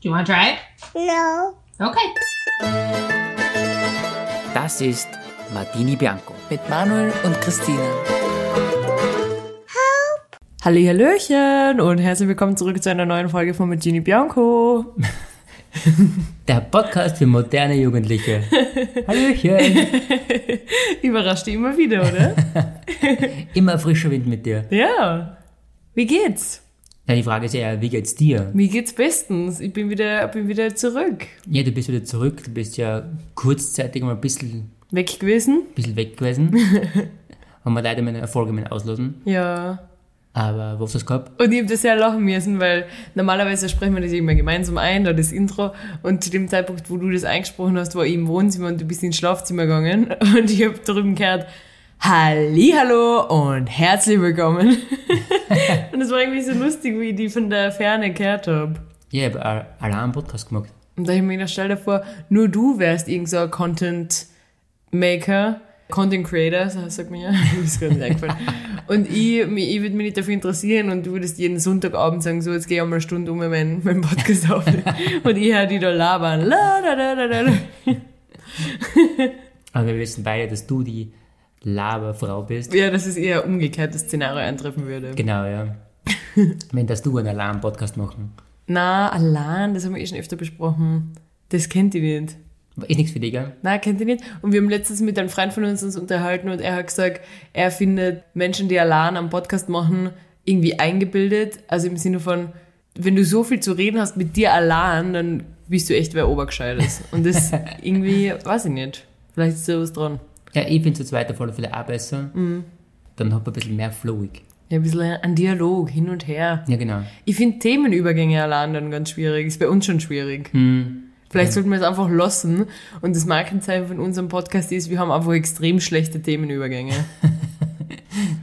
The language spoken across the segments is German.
Do you want to try it? No. Okay. Das ist Martini Bianco. Mit Manuel und Christine. Halli, Hallöchen und herzlich willkommen zurück zu einer neuen Folge von Mit Gini Bianco. Der Podcast für moderne Jugendliche. Hallöchen. Überrascht die immer wieder, oder? Immer frischer Wind mit dir. ja. Wie geht's? Ja, die Frage ist eher, wie geht's dir? Mir geht's bestens. Ich bin wieder, bin wieder zurück. Ja, du bist wieder zurück. Du bist ja kurzzeitig mal ein bisschen, Weg gewesen? bisschen weg gewesen. Haben wir leider meine Erfolge mit auslosen. Ja. Aber wo hast du es gehabt? Und ich habe das sehr lachen müssen, weil normalerweise sprechen wir das immer gemeinsam ein, da das Intro. Und zu dem Zeitpunkt, wo du das eingesprochen hast, war ich im Wohnzimmer und du bist ins Schlafzimmer gegangen. Und ich habe drüben gehört, Hallihallo und herzlich willkommen. und das war irgendwie so lustig, wie ich die von der Ferne gehört habe. Ja, ich habe einen Alarm-Podcast gemacht. Und da hab ich mir gedacht, stell dir vor, nur du wärst irgend so ein Content Maker, Content Creator, so sagt man ja. Mir ist gerade nicht eingefallen. Und ich, mi- ich würde mich nicht dafür interessieren und du würdest jeden Sonntagabend sagen, so jetzt gehe ich einmal eine Stunde um meinen, meinen Podcast auf. Und ich höre die da labern. La, da, da, da, da. da. Aber wir wissen beide, dass du die Laberfrau bist. Ja, dass es eher umgekehrt das Szenario eintreffen würde. Genau, ja. Wenn das du einen Alarm-Podcast machen. Na, allein, das haben wir eh schon öfter besprochen. Das kennt ihr nicht. Ist nichts für dich, gell? Na, kennt ihr nicht? Und wir haben letztens mit einem Freund von uns uns unterhalten und er hat gesagt, er findet Menschen, die allein am Podcast machen, irgendwie eingebildet. Also im Sinne von, wenn du so viel zu reden hast mit dir allein, dann bist du echt wer Obergescheites. Und das irgendwie, weiß ich nicht. Vielleicht ist da was dran. Mhm. Ja, ich finde zur zweiten Folge vielleicht auch besser. Dann hat man ein bisschen mehr flowig. Ja, ein bisschen ein Dialog, hin und her. Ja, genau. Ich finde Themenübergänge allein dann ganz schwierig. Ist bei uns schon schwierig. Hm. Vielleicht sollten wir es einfach lassen. Und das Markenzeichen von unserem Podcast ist, wir haben einfach extrem schlechte Themenübergänge.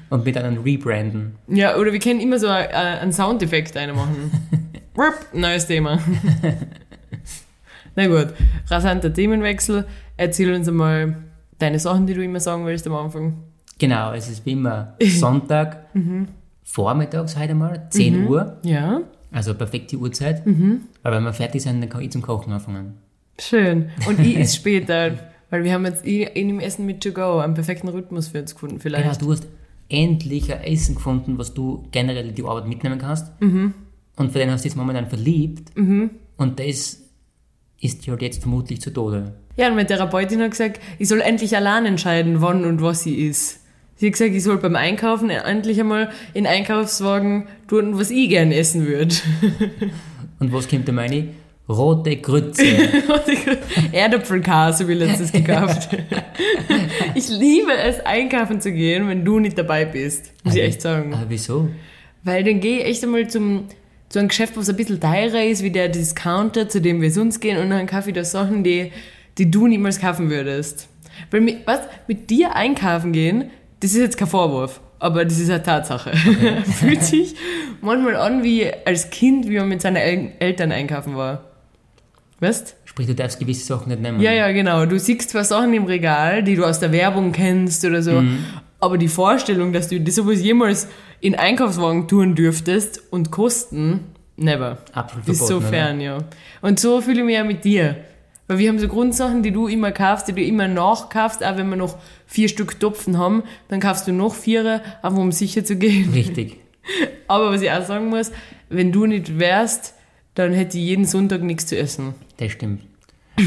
Und mit einem Rebranden. Ja, oder wir können immer so äh, einen Soundeffekt reinmachen. Rup, neues Thema. Na gut, rasanter Themenwechsel. Erzähl uns einmal deine Sachen, die du immer sagen willst am Anfang. Genau, es ist wie immer Sonntag, Mhm. vormittags heute mal, 10 Uhr. Ja, Also perfekte Uhrzeit. Mhm. Weil wenn wir fertig sind, dann kann ich zum Kochen anfangen. schön. Und ich ist später, weil wir haben jetzt eh in dem Essen mit To Go einen perfekten Rhythmus für uns gefunden Genau, vielleicht. du hast endlich ein Essen gefunden, was du generell in die Arbeit mitnehmen kannst. Mhm. Und für den hast du dich momentan verliebt. Und das ist dir halt jetzt vermutlich zu Tode. Ja, und meine Therapeutin hat gesagt, ich soll endlich allein entscheiden, wann und was sie ist. Sie hat gesagt, ich soll beim Einkaufen endlich einmal in den Einkaufswagen tun, was ich gern essen würde. Und was kommt da meine? Rote Grütze. Erdäpfelkase habe ich letztens gekauft. ich liebe es, einkaufen zu gehen, wenn du nicht dabei bist. Muss ich echt sagen. Ah, wieso? Weil dann gehe ich echt einmal zum, zu einem Geschäft, was ein bisschen teurer ist, wie der Discounter, zu dem wir sonst gehen, und dann kaufe ich da Sachen, die, die du niemals kaufen würdest. Weil, mit, was, mit dir einkaufen gehen, das ist jetzt kein Vorwurf, aber das ist eine Tatsache. Fühlt sich manchmal an wie als Kind, wie man mit seinen El Eltern einkaufen war. Weißt Sprich, du darfst gewisse Sachen nicht nehmen. ja, ja, genau. Du siehst zwar Sachen im Regal, die du aus der Werbung kennst oder so, Mhm. aber die Vorstellung, dass du das sowas jemals in Einkaufswagen tun dürftest und kosten, never. Absolut Das ist so verboten, oder? fern, ja. Und so fühle ich mich ja mit dir. Weil wir haben so Grundsachen, die du immer kaufst, die du immer nachkaufst, auch wenn wir noch vier Stück Topfen haben, dann kaufst du noch vier, einfach um sicher zu gehen. Richtig. Aber was ich auch sagen muss, wenn du nicht wärst, dann hätte ich jeden Sonntag nichts zu essen. Das stimmt.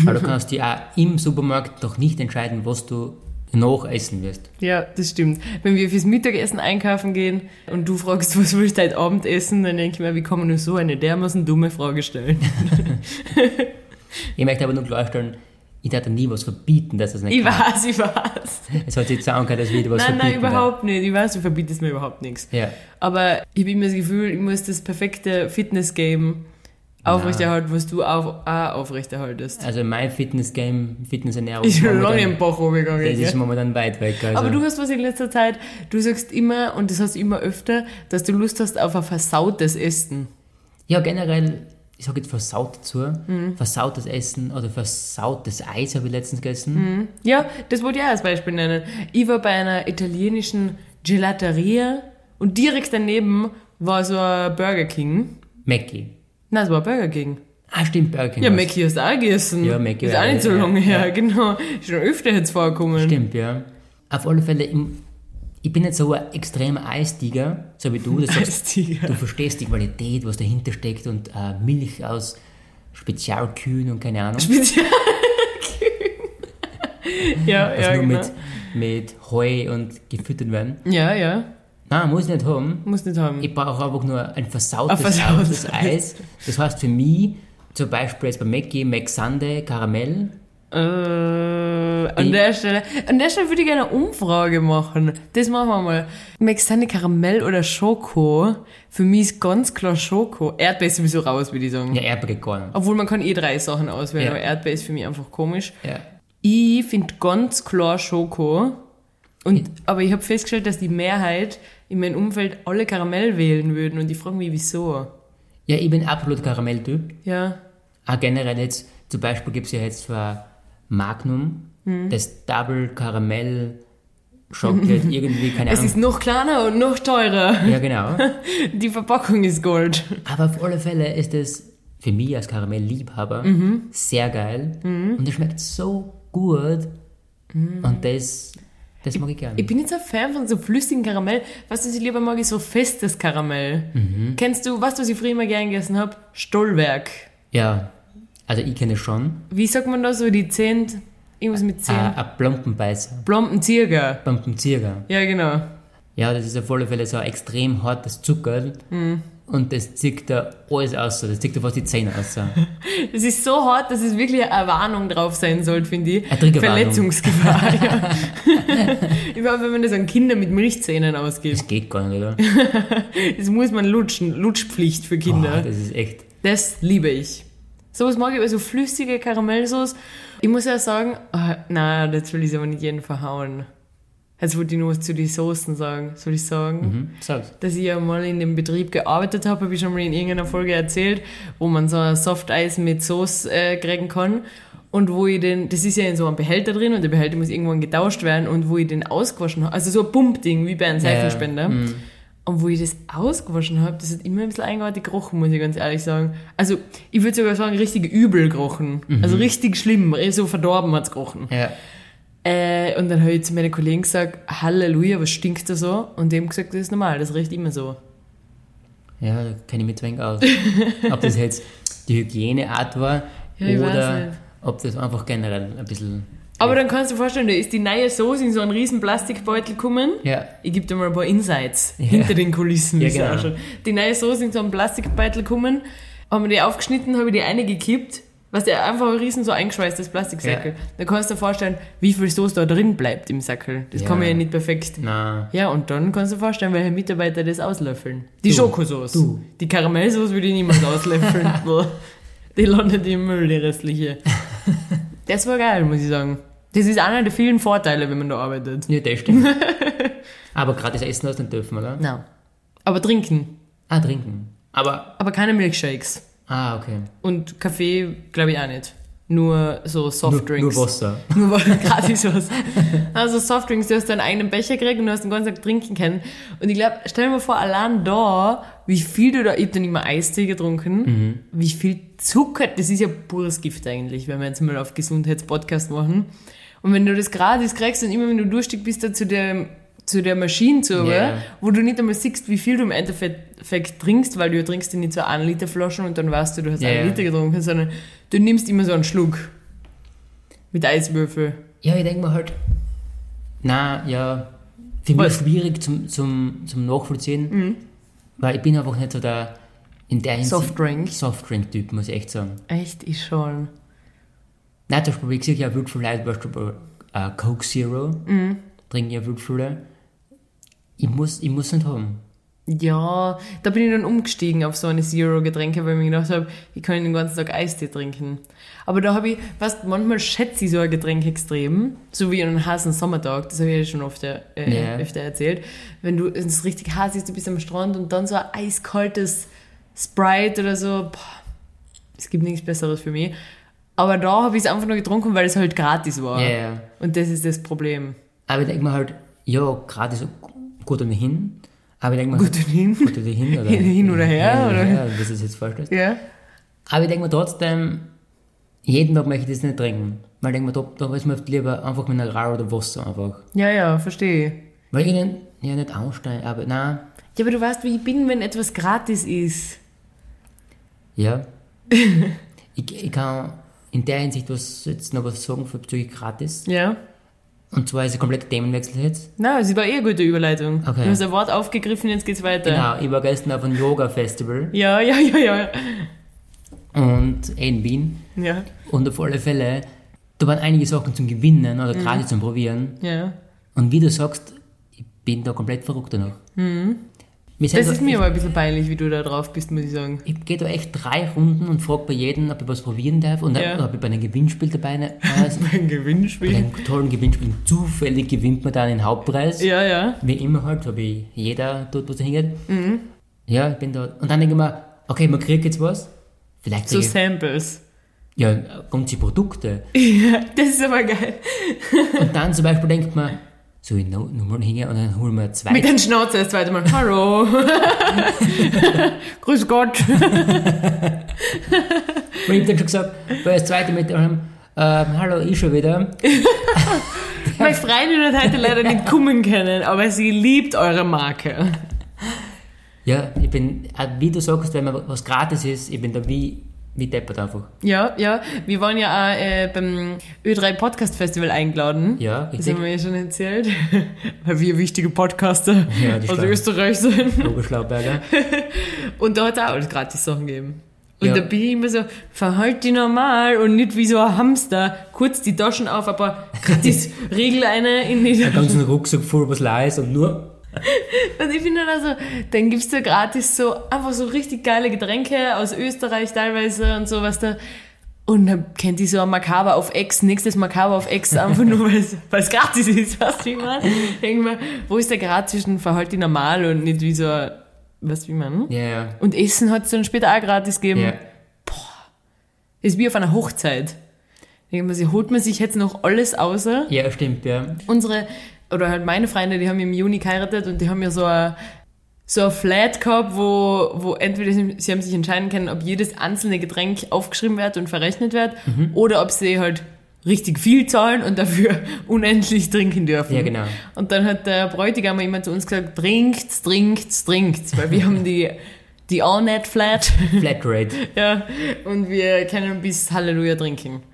Aber du kannst dich auch im Supermarkt noch nicht entscheiden, was du noch essen wirst. Ja, das stimmt. Wenn wir fürs Mittagessen einkaufen gehen und du fragst, was willst du heute Abend essen, dann denke ich mir, wie kann man nur so eine dermaßen dumme Frage stellen? Ich möchte aber nur klarstellen, ich darf dir nie was verbieten, dass das nicht Ich kann. weiß, ich weiß. Es hat sich jetzt angehört, dass wir dir was nein, nein, verbieten. überhaupt nicht. Ich weiß, du verbietest mir überhaupt nichts. darf. Ja. Aber ich habe immer das Gefühl, ich muss das perfekte Fitness-Game aufrechterhalten, was du auch, auch aufrechterhaltest. Also mein Fitness-Game, Fitness-Ernährung, Ich ist bin lange im momentan- Bach rumgegangen. das ist gell? momentan weit weg. Also. Aber du hast was in letzter Zeit, du sagst immer, und das hast du immer öfter, dass du Lust hast auf ein versautes Essen. ja, generell, ich sage jetzt versaut dazu, Mhm. versautes Essen oder versautes Eis habe ich letztens gegessen. Mhm. Ja, das wollte ich auch als Beispiel nennen. Ich war bei einer italienischen Gelateria und direkt daneben war so ein Burger King. Mackie. Nein, es war ein Burger King. Ah, stimmt, Burger King. Ja, war's. Mackie hast du auch gegessen. Ja, Mackie Ist war- auch nicht so ja, lange ja. her, genau. Ist Schon öfter jetzt vorkommen. Stimmt, ja. Auf alle Fälle, im- ich bin nicht so ein extremer Eistiger, so wie du. Das sagst, Eistiger. Du verstehst die Qualität, was dahinter steckt und äh, Milch aus Spezialkühen und keine Ahnung. Spezialkühn. ja, was ja, Also nur genau. mit, mit Heu und gefüttert werden. Ja, ja. Nein, muss nicht haben. Muss nicht haben. Ich brauche einfach nur ein versautes, Ein versautes altes Eis. Das heißt für mich, zum Beispiel jetzt bei Mackie, Mac Sunday, Karamell. Äh, an, der Stelle, an der Stelle würde ich gerne eine Umfrage machen. Das machen wir mal. Magst du eine Karamell oder Schoko? Für mich ist ganz klar Schoko. Erdbeer ist sowieso raus, würde ich sagen. Ja, Erdbeere gar nicht. Obwohl man kann eh drei Sachen auswählen, Ja. aber Erdbeer ist für mich einfach komisch. Ja. Ich finde ganz klar Schoko. Und, aber ich habe festgestellt, dass die Mehrheit in meinem Umfeld alle Karamell wählen würden. Und ich frage mich, wieso? ja, ich bin absolut Karamelltyp. Ja. Ah, generell jetzt, zum Beispiel gibt es ja jetzt für Magnum Hm. das Double Karamell Chocolate, irgendwie, keine Es Ahnung. ist noch kleiner und noch teurer. Ja, genau. Die Verpackung ist Gold. Aber auf alle Fälle ist es für mich als Karamellliebhaber Mhm. sehr geil und es schmeckt so gut und das, das mag ich gerne. Mhm. Ich bin jetzt ein Fan von so flüssigem Karamell. Weißt du, was ich lieber mag, ist so festes Karamell. Mhm. Kennst du, weißt du, was ich früher immer gern gegessen habe? Stollwerk. ja, also ich kenne schon. Wie sagt man da so, die Zehnt? Irgendwas mit Äh, Zehnt. ein Plombenbeißer, Blompenzieher. Plumpenzieher. Ja, genau. Ja, das ist auf alle Fälle so ein extrem hartes Zucker Mhm. und das zieht da alles aus, das zieht da fast die Zähne aus. Es ist so hart, dass es wirklich eine Warnung drauf sein sollte, finde ich. Eine Triggerwarnung. Verletzungsgefahr, ja. Überhaupt, wenn man das an Kinder mit Milchzähnen ausgibt. Das geht gar nicht, oder? Das muss man lutschen. Lutschpflicht für Kinder. Boah, das ist echt. Das liebe ich. Sowas mag ich, also flüssige Karamellsauce. Ich muss ja sagen, ah, na, jetzt will ich aber nicht jeden verhauen. Jetzt wollte ich nur was zu den Soßen sagen. Soll ich sagen? Hm? Sag's. Dass ich ja mal in dem Betrieb gearbeitet habe, habe ich schon mal in irgendeiner Folge erzählt, wo man so ein Softeis mit Sauce äh, kriegen kann. Und wo ich den, das ist ja in so einem Behälter drin und der Behälter muss irgendwann getauscht werden und wo ich den ausgewaschen habe, also so ein Pumpding wie bei einem Seifenspender. Und wo ich das ausgewaschen habe, das hat immer ein bisschen eigenartig gerochen, muss ich ganz ehrlich sagen. Also, ich würde sogar sagen, richtig übel gerochen. Also richtig schlimm, so verdorben hat's gerochen. Ja. Äh, und dann habe ich zu meinen Kollegen gesagt, Halleluja, was stinkt da so? Und die haben gesagt, das ist normal, das riecht immer so. Ja, da kenne ich mich zwäng aus. ob das jetzt die Hygieneart war Ja, ich weiß oder nicht. ob das einfach generell ein bisschen. Aber dann kannst du dir vorstellen, da ist die neue Soße in so einen riesen Plastikbeutel gekommen. Ja, Ich gebe dir mal ein paar Insights hinter den Kulissen. Ja, wie sie genau. ausschaut. Die neue Soße in so einen Plastikbeutel gekommen, haben wir die aufgeschnitten, habe ich die eine gekippt, was der einfach ein riesen so eingeschweißtes Plastiksäckel. Ja. Da kannst du dir vorstellen, wie viel Soße da drin bleibt im Säckel. Das Ja. kann man ja nicht perfekt. na, Ja, und dann kannst du dir vorstellen, welche Mitarbeiter das auslöffeln. Die Du. Schokosauce. Du. Die Karamellsauce würde ich niemals auslöffeln. Boah. die landet im Müll, die restliche. Das war geil, muss ich sagen. Das ist einer der vielen Vorteile, wenn man da arbeitet. ja, das stimmt. Aber gratis essen aus den dürfen, oder? Na. Aber trinken. Ah, trinken. Aber, Aber keine Milkshakes. ah, okay. Und Kaffee, glaube ich, auch nicht. Nur so Softdrinks. Nur, nur Wasser. Nur weil gratis was. Also Softdrinks, du hast deinen eigenen Becher gekriegt und du hast den ganzen Tag trinken können. Und ich glaube, stell dir mal vor, allein da, wie viel du da, ich hab dann immer Eistee getrunken, wie viel Zucker, das ist ja pures Gift eigentlich, wenn wir jetzt mal auf Gesundheitspodcast machen. Und wenn du das gratis kriegst und immer wenn du durstig bist, dann zu der, zu der Maschine zu, Ja. wo du nicht einmal siehst, wie viel du im Endeffekt trinkst, weil du ja trinkst ja nicht so einen Liter Flaschen und dann weißt du, du hast Ja, einen ja. Liter getrunken, sondern du nimmst immer so einen Schluck. Mit Eiswürfel. Ja, ich denke mir halt, na ja, für mich Was? schwierig zum, zum, zum Nachvollziehen, weil ich bin einfach nicht so der in der Hinsicht Softdrink. Softdrink-Typ, muss ich echt sagen. Echt? Ich schon. Nein, zum Beispiel, ich sehe ja wirklich viele Leute, zum Beispiel äh, Coke Zero, trinken ja wirklich viele. Ich muss, ich muss nicht haben. Ja, da bin ich dann umgestiegen auf so eine Zero-Getränke, weil ich mir gedacht habe, ich kann den ganzen Tag Eistee trinken. Aber da habe ich, weißt manchmal schätze ich so ein Getränk extrem, so wie einen heißen Sommertag, das habe ich ja schon oft, äh, Ja. öfter erzählt. Wenn du wenn es richtig heiß ist, du bist am Strand und dann so ein eiskaltes Sprite oder so, boah, es gibt nichts Besseres für mich. Aber da habe ich es einfach nur getrunken, weil es halt gratis war. Ja, ja. Und das ist das Problem. Aber ich denke mir halt, ja, gratis gut und hin. Aber ich denke mir Gut halt, und hin. gut und hin. Oder, Hin- hin oder her, Hin oder? her, was ist jetzt falsch ist. Ja. Aber ich denke mir trotzdem, jeden Tag möchte ich das nicht trinken. Weil ich denke mir, da, da ist mir lieber einfach Mineral oder Wasser einfach. Ja, ja, verstehe. Weil ich nicht, ja nicht aussteige, aber nein, Ja, aber du weißt, wie ich bin, wenn etwas gratis ist. ja. ich, ich kann in der Hinsicht was jetzt noch was sagen für bezüglich gratis. Ja. Und zwar ist ein kompletter Themenwechsel jetzt. Na, sie war eh eine gute Überleitung. Okay. Du hast ein Wort aufgegriffen, jetzt geht's weiter. Genau, ich war gestern auf einem Yoga-Festival Ja, ja, ja, ja. und eh in Wien. Ja, Und auf alle Fälle, da waren einige Sachen zum Gewinnen oder Mhm. gratis zum Probieren. ja. Und wie du sagst, ich bin da komplett verrückt danach. Wir sind Mhm. Das da- ist mir aber ein bisschen peinlich, wie du da drauf bist, muss ich sagen. Ich gehe da echt drei Runden und frage bei jedem, ob ich was probieren darf und Ja. ob ich bei einem Gewinnspiel dabei weiß. Ein bei Gewinnspiel. einem tollen Gewinnspiel. Zufällig gewinnt man dann den Hauptpreis. Ja, ja. Wie immer halt, so wie jeder tut, was er hingeht. Mhm. Ja, ich bin dort. Und dann denke ich mir, okay, man kriegt jetzt was. Vielleicht So krieg ich, Samples. ja, ganze Produkte. Ja, das ist aber geil. Und dann zum Beispiel denkt man, so ich noch noch mal hingehen und dann holen wir zwei. Mit einem Schnauzer das zweite Mal. Hallo. Grüß Gott. Und ich hab dann schon gesagt, weil das zweite mit einem, ähm, hallo, ich schon wieder. Meine Freundin hat heute leider nicht kommen können, aber sie liebt eure Marke. Ja, ich bin, auch wie du sagst, wenn man was gratis ist, ich bin da wie, wie deppert einfach. Ja, ja. Wir waren ja auch äh, beim Ö3 Podcast Festival eingeladen. Ja, Das richtig. haben wir ja schon erzählt, weil wir wichtige Podcaster Ja, die aus Schlange. Österreich sind. Logo Schlauberger. Und da hat es auch alles gratis Sachen gegeben. Und Ja. da bin ich immer so, verhalt die normal und nicht wie so ein Hamster. Kurz die Taschen auf, aber gratis Regel eine in die Den ganzen Rucksack voll was Leis und nur. Und ich finde dann also, dann gibt's da gratis so einfach so richtig geile Getränke aus Österreich teilweise und sowas da. Und dann kennt die so ein Makaber auf Ex, nächstes Makaber auf Ex, einfach nur weil es gratis ist, weißt du, wie man? Denk mal, wo ist der Grad zwischen Verhalt die normal und nicht wie so, ein- weißt du, wie man? Ja, ja. Und Essen hat's dann später auch gratis gegeben. Ja, Ist wie auf einer Hochzeit. Denkt man sich, holt man sich jetzt noch alles außer? ja stimmt, ja. unsere, oder halt meine Freunde, die haben im Juni geheiratet und die haben ja so ein so ein Flat gehabt, wo, wo entweder sie sie haben sich entscheiden können, ob jedes einzelne Getränk aufgeschrieben wird und verrechnet wird Mhm. oder ob sie halt richtig viel zahlen und dafür unendlich trinken dürfen. Ja, genau. Und dann hat der Bräutigam immer zu uns gesagt, trinkt's, trinkt's, trinkt's, weil wir haben die, die All-Net-Flat Flatrate. ja, und wir können bis Halleluja trinken.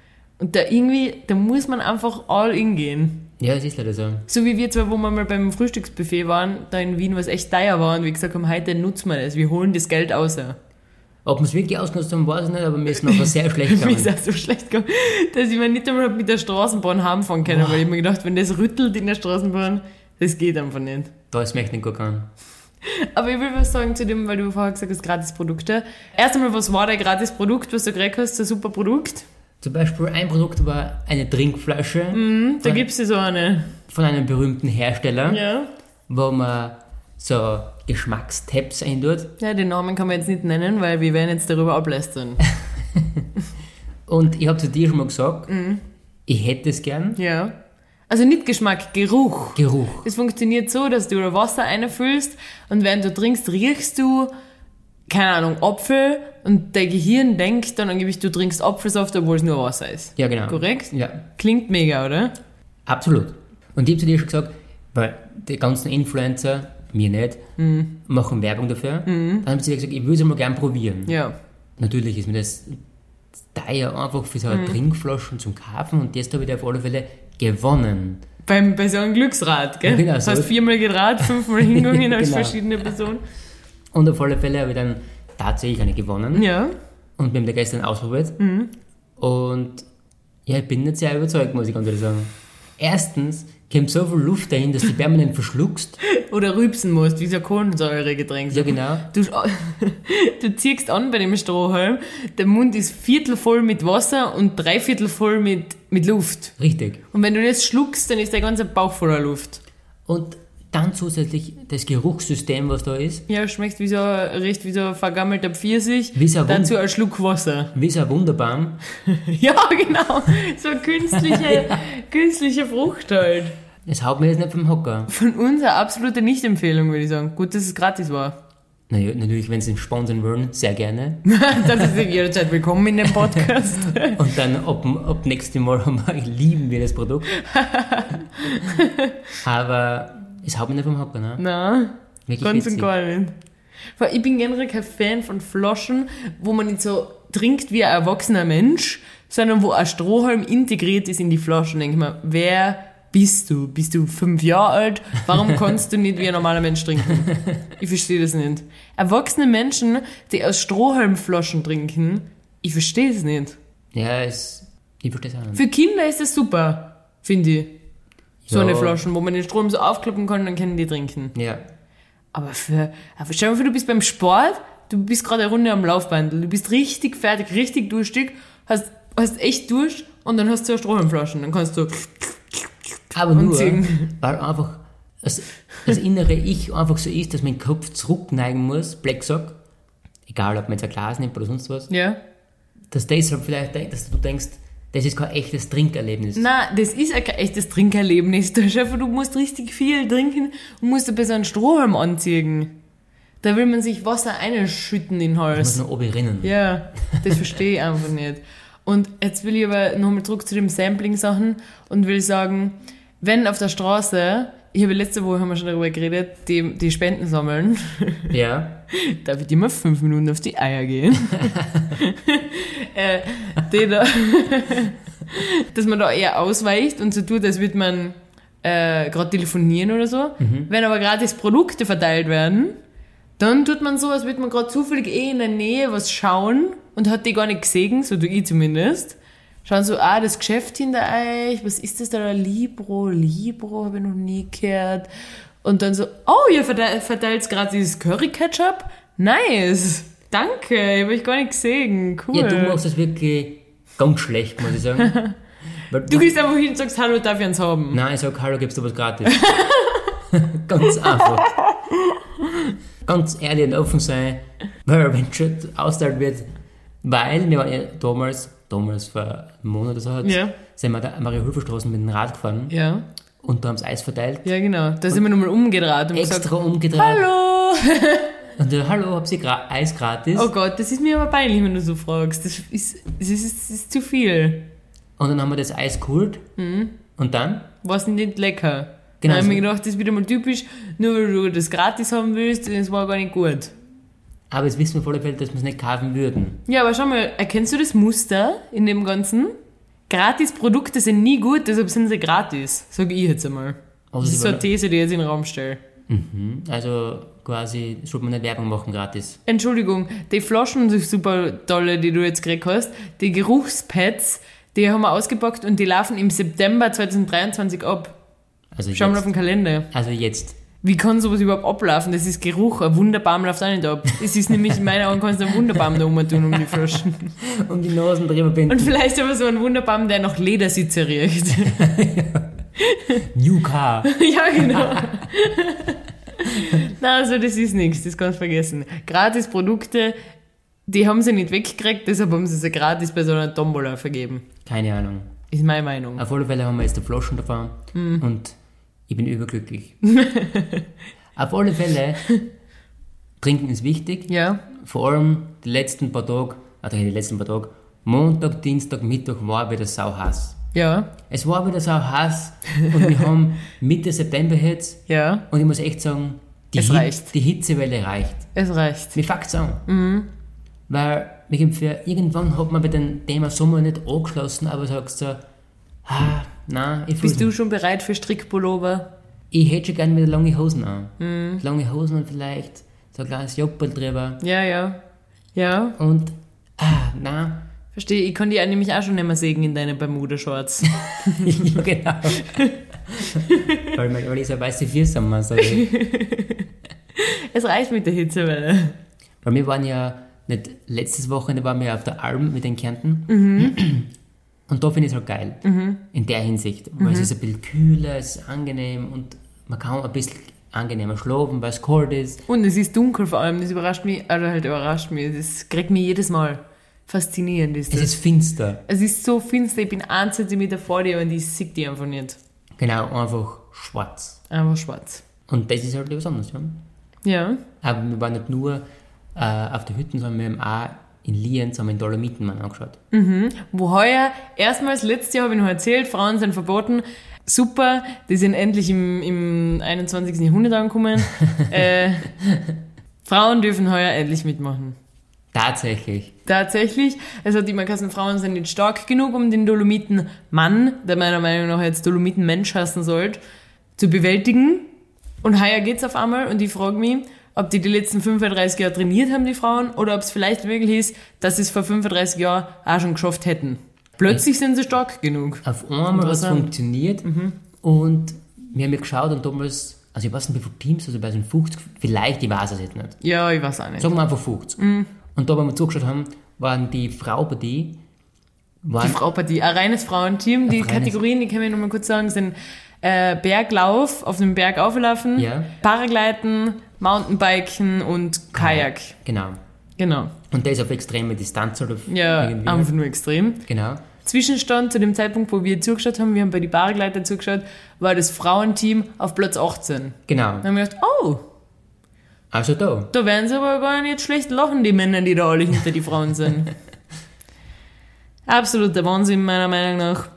Und da irgendwie, da muss man einfach all in gehen. Ja, es ist leider so. So wie wir zwei, wo wir mal beim Frühstücksbuffet waren, da in Wien, was echt teuer war und wir gesagt haben, heute nutzen wir das, wir holen das Geld außer. Ob wir es wirklich ausgenutzt haben, weiß ich nicht, aber mir ist noch was sehr schlecht Mir ist gegangen. das so schlecht gekommen, dass ich mir nicht einmal mit der Straßenbahn heimfahren können, weil ich mir gedacht, wenn das rüttelt in der Straßenbahn, das geht einfach nicht. Da ist mir echt nicht gut gegangen. Aber ich will was sagen zu dem, weil du vorher gesagt hast, Gratisprodukte. Erst einmal, was war dein Gratisprodukt, was du gekriegt hast, ein super Produkt? Zum Beispiel ein Produkt war eine Trinkflasche Hm, Da gibst du so eine. von einem berühmten Hersteller, Ja. wo man so Geschmackstaps eintut. Ja, den Namen kann man jetzt nicht nennen, weil wir werden jetzt darüber ablästern. Und ich habe zu dir schon mal gesagt, Mhm. ich hätte es gern. ja. Also nicht Geschmack, Geruch. Geruch. Es funktioniert so, dass du Wasser einfüllst und während du trinkst, riechst du, keine Ahnung, Apfel und dein Gehirn denkt dann angeblich, du trinkst Apfelsaft, obwohl es nur Wasser ist. Ja, genau. Korrekt? Ja, Klingt mega, oder? absolut. Und ich habe zu dir schon gesagt, weil die ganzen Influencer, mir nicht, Mhm. machen Werbung dafür. Dann habe ich zu dir gesagt, ich würde es mal gern probieren. Ja. Natürlich ist mir das teuer einfach für Mhm. so eine Trinkflaschen zum Kaufen und jetzt habe ich da auf alle Fälle gewonnen. Beim, bei so einem Glücksrad, gell? Genau, das so heißt, ist- viermal gerad, fünfmal hingegangen als Genau. verschiedene Personen. Und auf alle Fälle habe ich dann tatsächlich eine gewonnen Ja. Mhm. und wir haben da gestern ausprobiert. Und ja, ich bin nicht sehr überzeugt, muss ich ganz ehrlich sagen. Erstens kommt so viel Luft dahin, dass du permanent verschluckst. Oder rübsen musst, wie so Kohlensäuregetränk. Ja, genau. Du, du ziehst an bei dem Strohhalm, der Mund ist viertel voll mit Wasser und dreiviertel voll mit, mit Luft. Richtig. Und wenn du das schluckst, dann ist der ganze Bauch voller Luft. Und dann zusätzlich das Geruchssystem, was da ist, Ja, schmeckt wie so, riecht wie so ein vergammelter Pfirsich. Wie so ein Wund- Dazu ein Schluck Wasser. wie so ein Wunderbaum. Ja, genau. So eine künstliche, künstliche Frucht halt. Das haut mir jetzt nicht vom Hocker. Von uns eine absolute Nicht-Empfehlung, würde ich sagen. Gut, dass es gratis war. Naja, natürlich, wenn sie ihn sponsern würden, sehr gerne. Das ist jederzeit willkommen in dem Podcast. Und dann ob, ob nächste Morgen mag, lieben wir das Produkt. Aber es haut mir nicht vom Hocker, ne? Na, Wirklich ganz und witzig. gar nicht. Weil Ich bin generell kein Fan von Flaschen, wo man nicht so trinkt wie ein erwachsener Mensch, sondern wo ein Strohhalm integriert ist in die Flaschen. Denke ich mir, wer bist du? Bist du fünf Jahre alt? Warum kannst du nicht wie ein normaler Mensch trinken? Ich verstehe das nicht. Erwachsene Menschen, die aus Strohhalmflaschen trinken, ich verstehe es nicht. Ja, es, ich verstehe es auch nicht. Für Kinder ist das super, finde ich. So Ja. eine Flaschen, wo man den Strom so aufklappen kann, dann können die trinken. Ja, Aber für, aber stell dir mal vor, du bist beim Sport, du bist gerade eine Runde am Laufbandel, du bist richtig fertig, richtig durstig, hast, hast echt Durst und dann hast du eine Strohhalmflaschen, dann kannst du, aber nur, singen. weil einfach das, das innere Ich einfach so ist, dass mein Kopf zurückneigen muss, Black Sock, egal ob man jetzt ein Glas nimmt oder sonst was, ja. dass deshalb vielleicht, denk- dass du denkst, das ist kein echtes Trinkerlebnis. Na, das ist ein echtes Trinkerlebnis. Der Chef, du musst richtig viel trinken und musst ein bisschen einen Strohhalm anziehen. Da will man sich Wasser einschütten in den Du musst Hals. nur oben erinnern. Ja, das verstehe ich einfach nicht. Und jetzt will ich aber nochmal zurück zu den Sampling-Sachen und will sagen, wenn auf der Straße, ich habe letzte Woche haben wir schon darüber geredet, die, die Spenden sammeln, Ja, darf ich dir mal fünf Minuten auf die Eier gehen? äh, die da, dass man da eher ausweicht und so tut, als würde man äh, gerade telefonieren oder so. Mhm. Wenn aber gratis Produkte verteilt werden, dann tut man so, als würde man gerade zufällig eh in der Nähe was schauen und hat die gar nicht gesehen, so tue ich zumindest. Schauen so, ah, das Geschäft hinter euch, was ist das da, Libro, Libro, habe ich noch nie gehört. Und dann so, oh, ihr verteilt, verteilt gerade dieses Curry-Ketchup? Nice, danke, habe ich gar nicht gesehen, cool. ja du machst das wirklich ganz schlecht, muss ich sagen. Weil Du gehst einfach hin und sagst, hallo, darf ich eins haben? Nein, ich sag, hallo, gibst du was gratis. Ganz einfach. Ganz ehrlich und offen sein, weil wenn Shit austeilt wird, weil wir waren ja damals, damals vor einem Monat oder so, hat, Ja. sind wir da an maria straßen mit dem Rad gefahren Ja, und da haben sie Eis verteilt, ja genau. Da sind wir nochmal umgedreht und gesagt, extra umgedreht hallo. und dann, hallo, habt ihr gra Eis gratis? Oh Gott, das ist mir aber peinlich, wenn du so fragst. Das ist, das ist, das ist zu viel. Und dann haben wir das Eis geholt Mhm. und dann, War es nicht lecker? Genau Genau. Dann habe ich so. mir gedacht, das ist wieder mal typisch, nur weil du das gratis haben willst, das war gar nicht gut. aber jetzt wissen wir voller Fälle, dass wir es nicht kaufen würden. Ja, aber schau mal, erkennst du das Muster in dem Ganzen? Gratis Produkte sind nie gut, deshalb sind sie gratis, sage ich jetzt einmal. Aber Das sie ist so eine waren- These, die ich jetzt in den Raum stelle. Also quasi, sollte man nicht Werbung machen gratis. Entschuldigung, die Flaschen sind super tolle, die du jetzt gekriegt hast. Die Geruchspads, die haben wir ausgepackt und die laufen im September 2023 ab. Also Schau mal auf jetzt. den Kalender. Also jetzt. Wie kann sowas überhaupt ablaufen? Das ist Geruch. Ein Wunderbaum läuft auch nicht ab. Es ist nämlich in meinen Augen kannst du einen Wunderbaum da rumtun um die Flaschen. um die Nasen drüber Und binden. vielleicht aber so einen Wunderbaum, der noch Ledersitze riecht. New Car. ja, genau. Na, also das ist nichts, das kannst du vergessen. Gratis Produkte, die haben sie nicht weggekriegt, deshalb haben sie sie gratis bei so einer Tombola vergeben. Keine Ahnung. Ist meine Meinung. Auf alle Fälle haben wir jetzt die Flaschen davon Hm. und ich bin überglücklich. Auf alle Fälle, trinken ist wichtig. Ja. Vor allem die letzten paar Tage, also die letzten paar Tage, Montag, Dienstag, Mittwoch war wieder sauhass. Ja. Es war wieder sauhass und wir haben Mitte September jetzt Ja. und ich muss echt sagen, die, Es Hit- reicht. die Hitzewelle reicht. Es reicht. Mir fängt an. Weil mich empfehle, irgendwann hat man bei dem Thema Sommer nicht angeschlossen, aber sagst so, ah, nein, ich, fühl's Bist du schon bereit für Strickpullover? nicht. ich hätte schon gerne wieder lange Hosen an. Lange Hosen und vielleicht so ein kleines Joppel drüber. Ja, ja. Ja. Und, ah, nein, Verstehe, ich kann die nämlich auch schon nicht mehr sägen in deine Bermuda-Shorts. ja, genau. weil, man, weil ich so eine weiße Viersam so. Weil es reicht mit der Hitzewelle. wir waren ja, nicht letztes Wochenende waren wir ja auf der Alm mit den Kärnten. Und da finde ich es halt geil. In der Hinsicht. Weil es ist ein bisschen kühler, es ist angenehm und man kann ein bisschen angenehmer schlafen, weil es kalt ist. Und es ist dunkel vor allem, das überrascht mich, also halt überrascht mich, das kriegt mich jedes Mal. Faszinierend ist Es das. ist finster. Es ist so finster, ich bin 1 cm vor dir und ich sehe die einfach nicht. Genau, einfach schwarz. Einfach schwarz. Und das ist halt etwas anderes, ja. Ja. Aber wir waren nicht nur äh, auf der Hütten, sondern wir haben auch in Lienz haben wir den Dolomitenmann angeschaut. Wo heuer, erstmals letztes Jahr habe ich noch erzählt, Frauen sind verboten. Super, die sind endlich im, im 21. Jahrhundert angekommen. äh, Frauen dürfen heuer endlich mitmachen. Tatsächlich. Tatsächlich, es hat immer geheißen, Frauen sind nicht stark genug, um den Dolomitenmann, der meiner Meinung nach jetzt Dolomitenmensch heißen sollte, zu bewältigen. Und heuer geht's auf einmal und ich frage mich, ob die die letzten 35 Jahre trainiert haben, die Frauen, oder ob es vielleicht wirklich ist, dass sie es vor 35 Jahren auch schon geschafft hätten. Plötzlich sind sie stark genug. Auf einmal hat es Interessant. funktioniert Mhm. und wir haben ja geschaut und damals, also ich weiß nicht, wie viele Teams, also bei so 50, vielleicht, ich weiß es jetzt nicht. Ja, ich weiß auch nicht. Sagen wir einfach 50. Mhm. Und da, wo wir zugeschaut haben, waren die Frauenpartie, Die waren Fraupartie, ein reines Frauenteam. Die reines- Kategorien, die kann ich nochmal kurz sagen, sind äh, Berglauf, auf dem Berg auflaufen, Ja. Paragleiten, Mountainbiken und Kajak. Genau. Genau. Und der ist auf extreme Distanz halt auf Ja, irgendwie. einfach nur extrem. Genau. Zwischenstand zu dem Zeitpunkt, wo wir zugeschaut haben, wir haben bei die Paragleiter zugeschaut, war das Frauenteam auf Platz 18. Genau. Dann haben wir gedacht, oh, Also da. da werden sie aber gar nicht schlecht lachen, die Männer, die da alle hinter die Frauen sind. Absoluter Wahnsinn, meiner Meinung nach.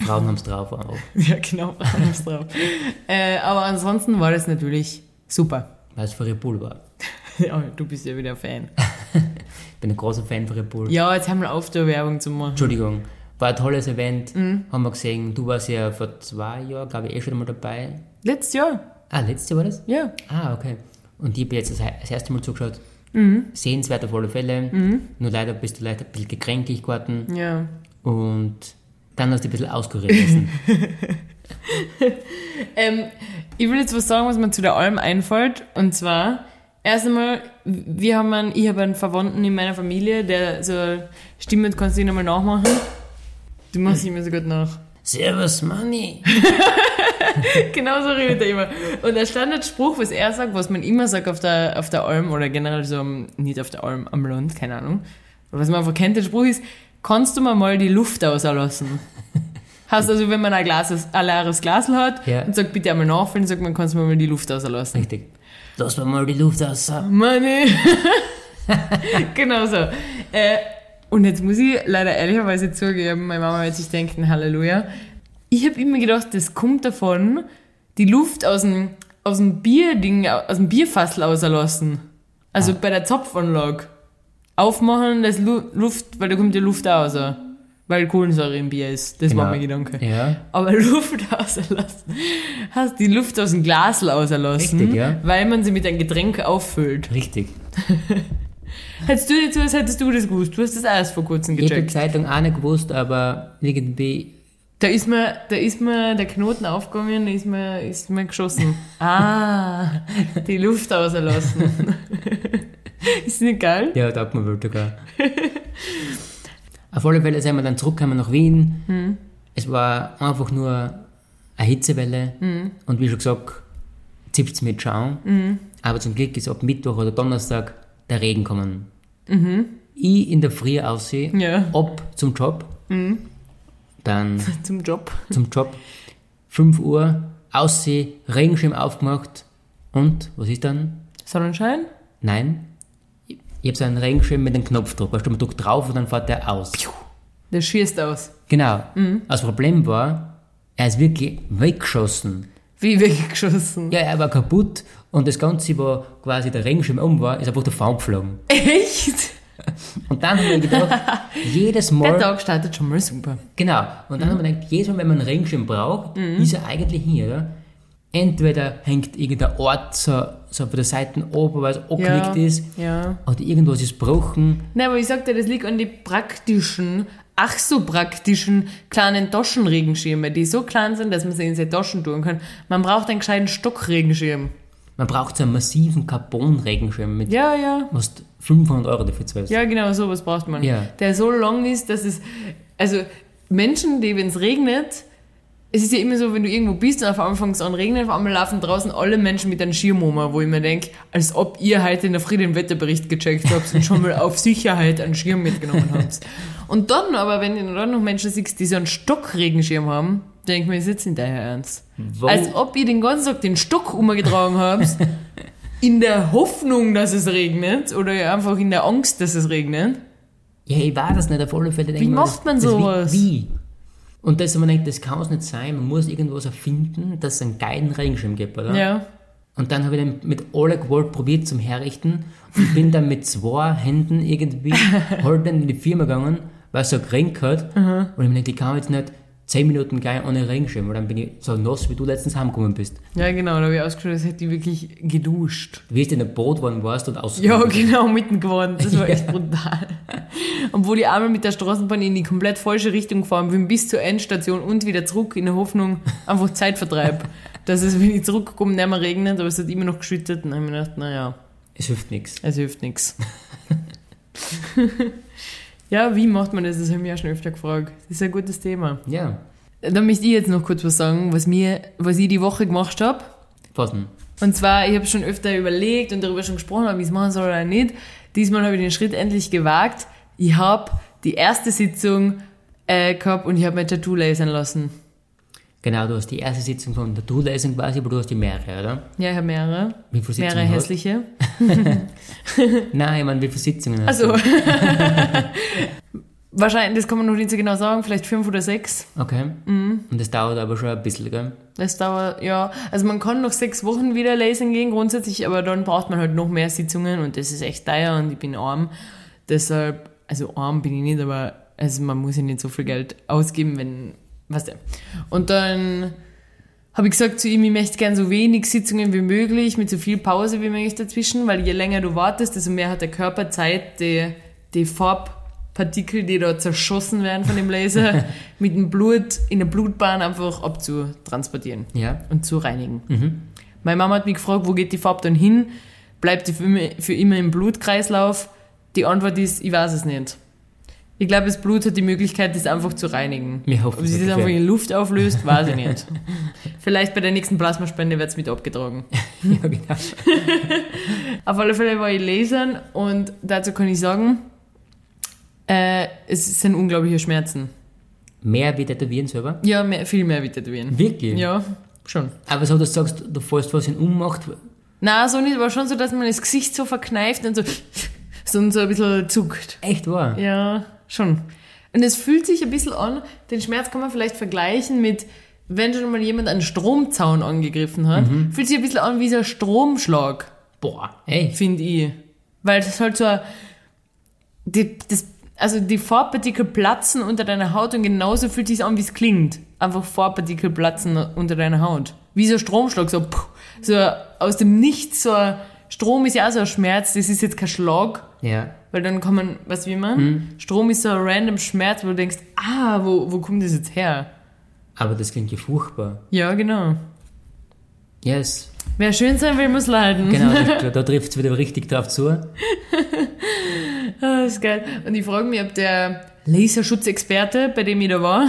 Frauen haben es drauf einfach. Ja, genau, Frauen haben's drauf. äh, aber ansonsten war das natürlich super. Weil es für Red Bull war. Ja, du bist ja wieder Fan. Ich bin ein großer Fan von Red Bull. Ja, jetzt haben wir auf, da Werbung zu machen. Entschuldigung. War ein tolles Event. Mhm. Haben wir gesehen. Du warst ja vor zwei Jahren, glaube ich, eh schon mal dabei. Letztes Jahr, Ah, letztes Jahr war das? ja. Ah, okay. Und ich habe jetzt das, das erste Mal zugeschaut. Sehenswert auf alle Fälle. Nur leider bist du leider ein bisschen gekränklich geworden. Ja. Und dann hast du ein bisschen auskuriert lassen. Ähm, ich will jetzt was sagen, was mir zu der Alm einfällt. Und zwar, erst einmal, wir haben einen, ich habe einen Verwandten in meiner Familie, der so Stimme kannst du ihn einmal nachmachen. Du machst ihn immer so gut nach. Servus, Money! genau so redet er immer. Und der Standardspruch, was er sagt, was man immer sagt auf der, auf der Alm oder generell so am, nicht auf der Alm, am Land, keine Ahnung. Oder was man einfach kennt, der Spruch ist, kannst du mir mal die Luft auslassen? Heißt also, wenn man ein, Glas, ein leeres Glasl hat Ja. und sagt, bitte einmal nachfüllen, sagt man, kannst du mir mal die Luft auslassen? Richtig. Lass mir mal die Luft raus. Money. genau so. Äh, und jetzt muss ich leider ehrlicherweise zugeben, meine Mama wird sich denken, Halleluja. Ich habe immer gedacht, das kommt davon, die Luft aus dem, aus dem Bierding, aus dem Bierfassel auslassen. Also Ah. bei der Zopfanlage. Aufmachen, das Lu Luft, weil da kommt die Luft raus. Weil Kohlensäure im Bier ist. Das war mein Gedanke. Genau. Ja. Aber Luft auslassen. Hast die Luft aus dem Glas auslassen. Richtig, ja. Weil man sie mit einem Getränk auffüllt. Richtig. Hättest du nicht so, als hättest du das gewusst. Du hast das auch erst vor kurzem Ich habe die gecheckt. Zeitung auch nicht gewusst, aber irgendwie Da ist mir, da ist mir der Knoten aufgegangen, da ist mir, ist mir geschossen. ah, die Luft auslassen. ist nicht geil? Ja, taugt mir wohl sogar. Auf alle Fälle sind wir dann zurückgekommen nach Wien. Es war einfach nur eine Hitzewelle. Und wie schon gesagt, zipft es mit Schauen. Aber zum Glück ist ab Mittwoch oder Donnerstag der Regen kommen. Ich in der Früh aussehe, Ja. ab zum Job, dann Zum Job. zum Job, 5 Uhr, aussehe, Regenschirm aufgemacht und was ist dann? Sonnenschein? Nein. Ich habe so einen Regenschirm mit einem Knopfdruck. Weißt du, man drückt drauf und dann fährt der aus. Der schießt aus. Genau. Das Problem war, er ist wirklich weggeschossen. Wie weggeschossen. Ja, er war kaputt und das Ganze, wo quasi der Regenschirm um war, ist einfach davon geflogen. Echt? Und dann habe ich gedacht, jedes Der Mal. Tag startet schon mal super. Genau. Und dann habe ich gedacht, jedes Mal, wenn man einen Regenschirm braucht, ist er eigentlich hier, oder? Entweder hängt irgendein Ort so, so auf der Seite oben, weil es angeknickt ist, Ja. oder irgendwas ist gebrochen. Nein, aber ich sag dir, das liegt an den praktischen, ach so praktischen, kleinen Taschenregenschirme, die so klein sind, dass man sie in seine Taschen tun kann. Man braucht einen gescheiten Stockregenschirm. Man braucht so einen massiven Carbon-Regenschirm mit Ja, ja. Du hast 500 Euro dafür zahlst. Ja, genau, sowas braucht man. Ja. Der so lang ist, dass es, also Menschen, die, wenn es regnet, es ist ja immer so, wenn du irgendwo bist und auf einmal fängt es an regnen, auf einmal laufen draußen alle Menschen mit einem Schirm um, wo ich mir denke, als ob ihr heute in der Früh den Wetterbericht gecheckt habt und schon mal auf Sicherheit einen Schirm mitgenommen habt. Und dann aber, wenn du dann noch Menschen siehst, die so einen Stockregenschirm haben, denke ich mir, ist jetzt nicht daher ernst. Wo- Als ob ihr den ganzen Tag den Stock umgetragen habt in der Hoffnung, dass es regnet oder einfach in der Angst, dass es regnet. Ja, ich war das nicht auf alle Fälle. denke Wie ich mir, das- macht man das- wie- sowas? Wie? Und da ist man denkt, das kann es nicht sein, man muss irgendwas erfinden, dass es einen geilen Regenschirm gibt, oder? Ja. Und dann habe ich den mit aller Gewalt probiert zum Herrichten und bin dann mit zwei Händen irgendwie halt dann in die Firma gegangen, weil es so geregnet hat. Und ich mir gedacht, ich kann jetzt nicht 10 Minuten gehen ohne Regenschirm, weil dann bin ich so nass, wie du letztens heimgekommen bist. Ja, genau, da habe ich ausgeschaut, als hätte ich wirklich geduscht. Wie du in der Boot waren warst und aus. Ja, genau, mitten geworden. Das war Ja. echt brutal. Obwohl ich einmal mit der Straßenbahn in die komplett falsche Richtung gefahren bin, bis zur Endstation und wieder zurück, in der Hoffnung, einfach Zeitvertreib. dass es, wenn ich zurückkomme, nicht mehr regnet, aber es hat immer noch geschüttet. Und dann habe ich mir gedacht, naja, Es hilft nichts. es hilft nichts. Ja, wie macht man das? Das habe ich mich auch schon öfter gefragt. Das ist ein gutes Thema. Ja, Dann möchte ich jetzt noch kurz was sagen, was, mir, was ich die Woche gemacht habe. passen. Und zwar, ich habe schon öfter überlegt und darüber schon gesprochen, ob ich es machen soll oder nicht. Diesmal habe ich den Schritt endlich gewagt. Ich habe die erste Sitzung äh, gehabt und ich habe mein Tattoo lasern lassen. Genau, du hast die erste Sitzung von der Du-Lesung quasi, aber du hast die mehrere, oder? Ja, ich habe mehrere. Wie viele Sitzungen Mehrere hast hässliche. Nein, ich meine, wie viele Sitzungen hast Also, wahrscheinlich, das kann man noch nicht so genau sagen, vielleicht fünf oder sechs. du? Okay. Mhm. Und das dauert aber schon ein bisschen, gell? Das dauert, ja. Also man kann noch sechs Wochen wieder lesen gehen grundsätzlich, aber dann braucht man halt noch mehr Sitzungen und das ist echt teuer und ich bin arm. Deshalb, also arm bin ich nicht, aber also man muss ja nicht so viel Geld ausgeben, wenn, weißt du. Und dann habe ich gesagt zu ihm, ich möchte gern so wenig Sitzungen wie möglich, mit so viel Pause wie möglich dazwischen, weil je länger du wartest, desto mehr hat der Körper Zeit, die, die Farbpartikel, die da zerschossen werden von dem Laser, mit dem Blut in der Blutbahn einfach abzutransportieren Ja. Mhm. und zu reinigen. Meine Mama hat mich gefragt, wo geht die Farbe dann hin? Bleibt die für immer, für immer im Blutkreislauf? Die Antwort ist, ich weiß es nicht. Ich glaube, das Blut hat die Möglichkeit, das einfach zu reinigen. Wir hoffen Ob sie es das ungefähr. einfach in Luft auflöst, weiß ich nicht. Vielleicht bei der nächsten Plasmaspende wird es mit abgetragen. ja, genau. Auf alle Fälle war ich lasern und dazu kann ich sagen, äh, es sind unglaubliche Schmerzen. Mehr wie tätowieren selber? Ja, mehr, viel mehr wie tätowieren. Wirklich? Ja, schon. Aber so, dass du sagst, du fährst was in Ummacht, Na, so nicht, aber schon so, dass man das Gesicht so verkneift und so, so, so ein bisschen zuckt. echt wahr? Ja, schon. Und es fühlt sich ein bisschen an, den Schmerz kann man vielleicht vergleichen mit, wenn schon mal jemand einen Stromzaun angegriffen hat, fühlt sich ein bisschen an wie so ein Stromschlag, Boah, echt? finde ich. Weil das halt so ein, die, das, also die Farbpartikel platzen unter deiner Haut und genauso fühlt sich an, wie es klingt. Einfach Farbpartikel platzen unter deiner Haut. Wie so ein Stromschlag, so, puh, so aus dem Nichts, so ein Strom ist ja auch so ein Schmerz, das ist jetzt kein Schlag, Ja. weil dann kann man, weißt du, wie man? Strom ist so ein random Schmerz, wo du denkst, ah, wo, wo kommt das jetzt her? Aber das klingt ja furchtbar. Ja, genau. Yes. Wer schön sein will, muss leiden. Genau, da, da trifft es wieder richtig drauf zu. Ah, ist geil. Und ich frage mich, ob der Laserschutzexperte, bei dem ich da war,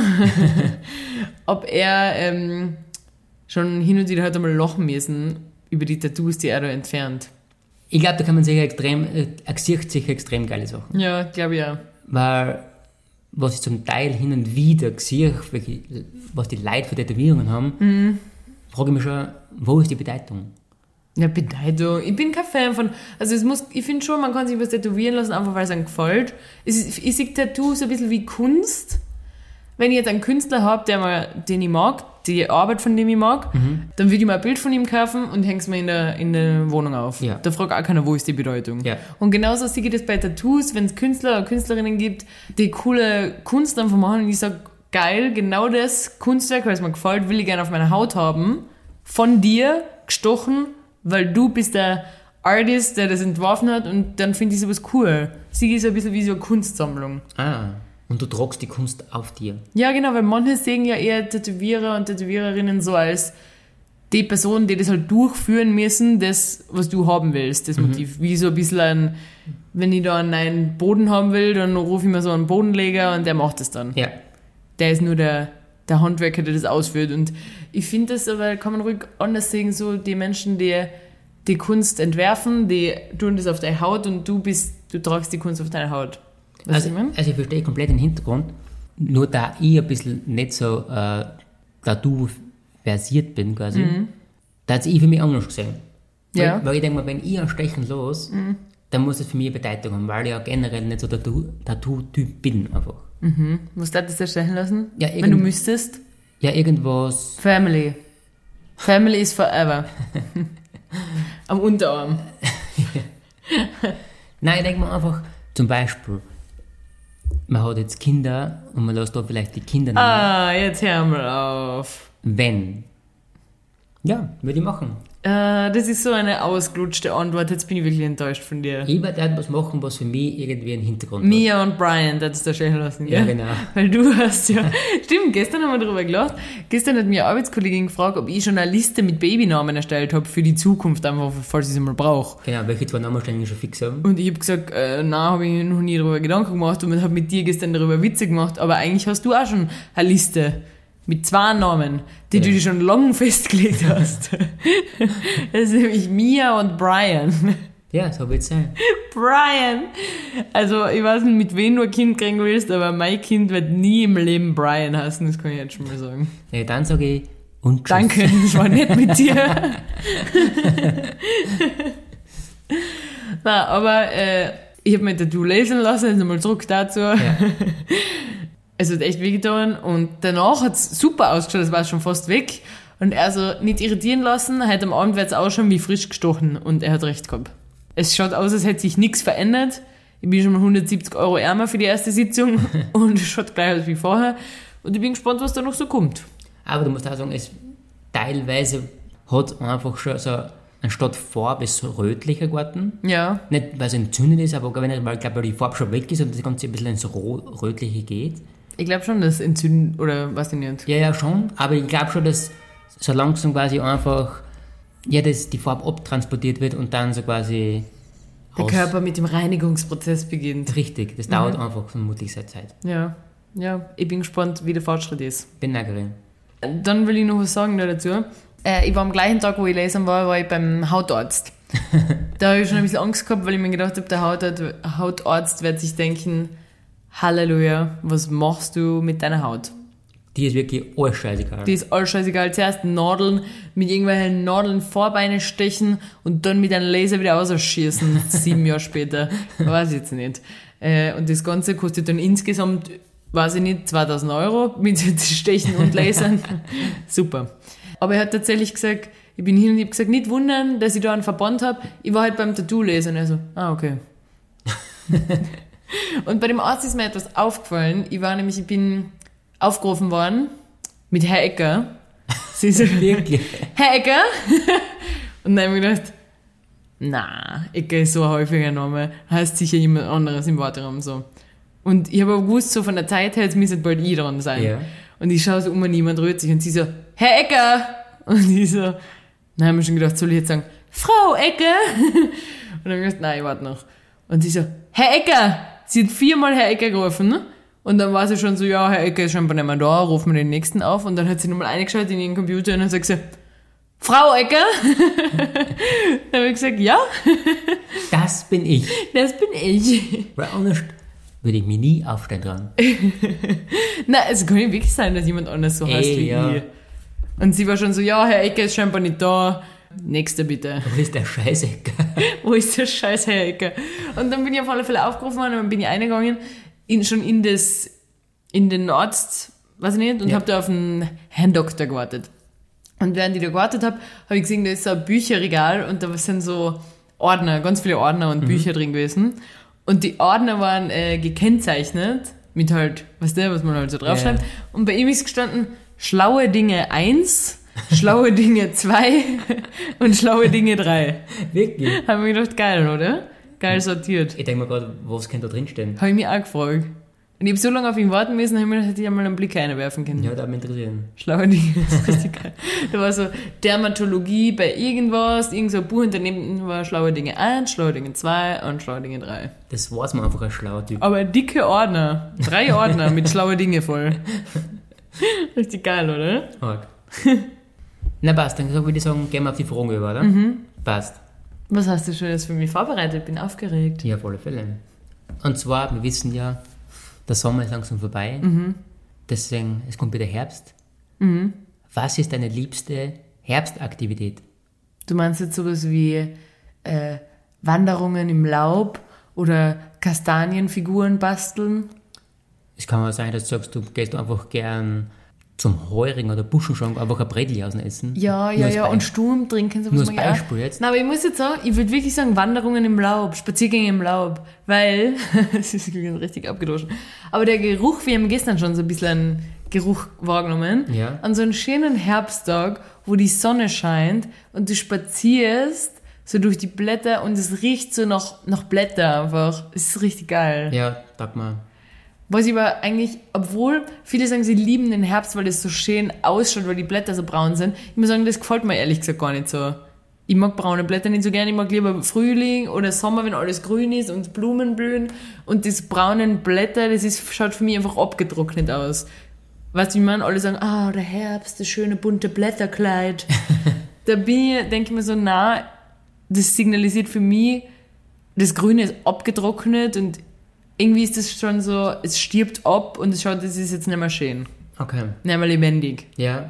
ob er ähm, schon hin und wieder halt einmal lachen müssen über die Tattoos, die er da entfernt. Ich glaube, da kann man sicher extrem, äh, er sieht sicher extrem geile Sachen. Ja, glaube ich auch. Weil, was ich zum Teil hin und wieder sehe, wirklich, was die Leute für Tätowierungen haben, Mhm. frage ich mich schon, wo ist die Bedeutung? Ja, Bedeutung. Ich bin kein Fan von. Also, es muss, ich finde schon, man kann sich was tätowieren lassen, einfach weil es einem gefällt. Es ist, ich sehe Tattoo so ein bisschen wie Kunst. Wenn ich jetzt einen Künstler habe, der mal, den ich mag, die Arbeit von dem ich mag, dann würde ich mal ein Bild von ihm kaufen und hänge es mir in der, in der Wohnung auf. Ja. Da fragt auch keiner, wo ist die Bedeutung. Ja. Und genauso sehe ich das bei Tattoos, wenn es Künstler oder Künstlerinnen gibt, die coole Kunst einfach machen und ich sage, geil, genau das Kunstwerk, weil es mir gefällt, will ich gerne auf meiner Haut haben. Von dir gestochen, weil du bist der Artist, der das entworfen hat und dann finde ich sowas cool. Sie ist ein bisschen wie so eine Kunstsammlung. Ah, und du tragst die Kunst auf dir. Ja, genau, weil manche sehen ja eher Tätowierer und Tätowiererinnen so als die Personen, die das halt durchführen müssen, das, was du haben willst, Mhm. das Motiv. Wie so ein bisschen ein, wenn ich da einen neuen Boden haben will, dann rufe ich mir so einen Bodenleger und der macht das dann. Ja. Der ist nur der, der Handwerker, der das ausführt. Und ich finde das aber, kann man ruhig anders sehen, so die Menschen, die die Kunst entwerfen, die tun das auf deine Haut und du bist, du tragst die Kunst auf deine Haut. Weißt Also, du, was ich meine? also ich verstehe komplett den Hintergrund. Nur da ich ein bisschen nicht so äh, Tattoo versiert bin quasi, da hat es ich für mich anders gesehen. Mhm. Ja. Mhm. Weil, weil ich denke mal, wenn ich ein Stechen los, dann muss das für mich eine Bedeutung haben, weil ich auch generell nicht so der Tattoo- Tattoo-Typ bin einfach. Musst du das erstellen lassen? Ja, Wenn du irgend- müsstest. Ja, irgendwas. Family. Family is forever. Am Unterarm. Nein, ich denke mal einfach, zum Beispiel, man hat jetzt Kinder und man lässt da vielleicht die Kinder nehmen. Ah, jetzt hör mal auf. Wenn. Ja, würde ich machen. Äh, das ist so eine ausgelutschte Antwort. Jetzt bin ich wirklich enttäuscht von dir. Ich werde etwas machen, was für mich irgendwie einen Hintergrund hat. Mia und Brian, das ist der schön lassen, gell? Ja, genau. Weil du hast ja. Stimmt, gestern haben wir darüber gelacht. Gestern hat mir eine Arbeitskollegin gefragt, ob ich schon eine Liste mit Babynamen erstellt habe für die Zukunft, einfach falls ich es mal brauche. Genau, welche zwei Namenstellungen schon fix haben. Und ich habe gesagt, äh, na, habe ich noch nie darüber Gedanken gemacht und habe mit dir gestern darüber Witze gemacht, aber eigentlich hast du auch schon eine Liste mit zwei Namen, die Ja. du dir schon lange festgelegt hast. das ist nämlich Mia und Brian. Ja, so wird es sein. Brian! Also, ich weiß nicht, mit wem du ein Kind kriegen willst, aber mein Kind wird nie im Leben Brian heißen, das kann ich jetzt schon mal sagen. Ja, dann sage ich und tschüss. Danke, das war nett mit dir. Na, aber äh, ich habe mein Tattoo lesen lassen, jetzt nochmal zurück dazu. Es hat echt wehgetan und danach hat es super ausgeschaut, es war schon fast weg. Und er so, nicht irritieren lassen, heute am Abend wird es ausschauen wie frisch gestochen und er hat recht gehabt. Es schaut aus, als hätte sich nichts verändert. Ich bin schon mal 170 Euro ärmer für die erste Sitzung und es schaut gleich aus wie vorher. Und ich bin gespannt, was da noch so kommt. Aber du musst auch sagen, es teilweise hat einfach schon so anstatt Farbe ist so rötlicher geworden. Ja. Nicht, weil es entzündet ist, aber generell, weil, glaub, weil die Farbe schon weg ist und das Ganze ein bisschen ins Ro- Rötliche geht. Ich glaube schon, dass Entzünden oder was denn jetzt? Ja, ja, schon. Aber ich glaube schon, dass so langsam quasi einfach ja, dass die Farbe abtransportiert wird und dann so quasi Der aus- Körper Mhm. mit dem Reinigungsprozess beginnt. Richtig, das dauert einfach vermutlich seit Zeit. Ja, ja. Ich bin gespannt, wie der Fortschritt ist. Bin Nagerin. Dann will ich noch was sagen da dazu. Äh, ich war am gleichen Tag, wo ich lesen war, war ich beim Hautarzt. da habe ich schon ein bisschen Angst gehabt, weil ich mir gedacht habe, der Hautarzt, Hautarzt wird sich denken, Halleluja, was machst du mit deiner Haut? Die ist wirklich alles scheißegal. Die ist alles scheißegal. Zuerst Nadeln, mit irgendwelchen Nadeln Vorbeine stechen und dann mit einem Laser wieder rausschießen. sieben Jahre später. Weiß ich jetzt nicht. Äh, und das Ganze kostet dann insgesamt, weiß ich nicht, 2000 Euro mit Stechen und Lasern. Super. Aber er hat tatsächlich gesagt, ich bin hin und ich habe gesagt, nicht wundern, dass ich da einen Verband habe. Ich war halt beim Tattoo-Lesen. Also, ah, okay. und bei dem Arzt ist mir etwas aufgefallen. Ich war nämlich, ich bin aufgerufen worden mit Herr Ecker. Sie so, wirklich. Herr Ecker? Und dann habe ich gedacht, na, Ecker ist so ein häufiger Name, heißt sicher jemand anderes im Wortraum so. Und ich habe aber gewusst, so von der Zeit her, jetzt müsste bald ich dran sein. Ja. Und ich schaue so um und niemand rührt sich und sie so, Herr Ecker! Und ich so, dann haben wir schon gedacht, soll ich jetzt sagen, Frau Ecker? Und dann habe ich gedacht, nein, ich warte noch. Und sie so, Herr Ecker! Sie hat viermal Herr Ecker gerufen. ne? Und dann war sie schon so, ja, Herr Ecker ist schon bei nicht mehr da, rufen wir den nächsten auf. Und dann hat sie nochmal eingeschaut in ihren Computer und dann sagt sie, Frau Ecker? dann habe ich gesagt, ja, Das bin ich. das bin ich. Weil anders würde ich mich nie aufstehen dran. Na, es kann nicht wirklich sein, dass jemand anders so heißt Ey, wie ja. ich. Und sie war schon so, ja, Herr Ecker ist scheinbar nicht da. Nächster bitte. Wo ist der Scheißecker? Wo ist der scheiß Herr Ecker? Und dann bin ich auf alle Fälle aufgerufen worden und dann bin ich eingegangen, in, schon in das, in den Arzt, weiß ich nicht, und Ja. habe da auf den Herrn Doktor gewartet. Und während ich da gewartet habe, habe ich gesehen, da ist so ein Bücherregal und da sind so Ordner, ganz viele Ordner Mhm. und Bücher drin gewesen. Und die Ordner waren äh, gekennzeichnet mit halt, weißt du, was man halt so draufschreibt. Ja, Und bei ihm ist gestanden, schlaue Dinge 1, schlaue Dinge 2 und schlaue Dinge 3. Wirklich? Haben wir gedacht, geil, oder? Geil sortiert. Ich denke mir gerade, was könnte da drinstehen? Habe ich mich auch gefragt. Und ich habe so lange auf ihn warten müssen, hab ich mir gedacht, hätte ich einmal einen Blick reinwerfen können. Ja, da mich interessieren. Schlaue Dinge, das ist richtig geil. Da war so Dermatologie bei irgendwas, irgend so ein Buch und daneben war schlaue Dinge 1, schlaue Dinge 2 und schlaue Dinge 3. Das war's mir einfach ein schlauer Typ. Aber dicke Ordner. Drei Ordner mit schlaue Dinge voll. Richtig geil, oder? Arg. Na passt, dann würde ich sagen, gehen wir auf die Fragen über, oder? Mhm. Passt. Was hast du Schönes für mich vorbereitet? Bin aufgeregt. Ja, auf alle Fälle. Und zwar, wir wissen ja, der Sommer ist langsam vorbei. Mhm. Deswegen, es kommt wieder Herbst. Was ist deine liebste Herbstaktivität? Du meinst jetzt sowas wie äh, Wanderungen im Laub oder Kastanienfiguren basteln? Es kann auch sein, dass du sagst, du gehst einfach gern zum Heuring oder Buschenschrank einfach ein Bretlhausen essen. Ja, Nur ja, als ja. Beispiel. Und Sturm trinken, sowas Nur als mag ich auch. Beispiel jetzt. Nein, aber ich muss jetzt sagen, ich würde wirklich sagen, Wanderungen im Laub, Spaziergänge im Laub, weil, es ist irgendwie richtig abgedroschen, aber der Geruch, wir haben gestern schon so ein bisschen einen Geruch wahrgenommen, Ja. an so einem schönen Herbsttag, wo die Sonne scheint und du spazierst so durch die Blätter und es riecht so nach, nach Blätter einfach. Es ist richtig geil. Ja, sag mal. Was ich aber eigentlich, obwohl viele sagen, sie lieben den Herbst, weil es so schön ausschaut, weil die Blätter so braun sind. Ich muss sagen, das gefällt mir ehrlich gesagt gar nicht so. Ich mag braune Blätter nicht so gerne. Ich mag lieber Frühling oder Sommer, wenn alles grün ist und Blumen blühen. Und das braunen Blätter, das ist, schaut für mich einfach abgetrocknet aus. Weißt du, wie man alle sagen, ah, der Herbst, das schöne bunte Blätterkleid. da bin ich, denke ich mir so, na, das signalisiert für mich, das Grüne ist abgetrocknet und irgendwie ist das schon so, es stirbt ab und es schaut, es ist jetzt nicht mehr schön, Okay. nicht mehr lebendig. Ja.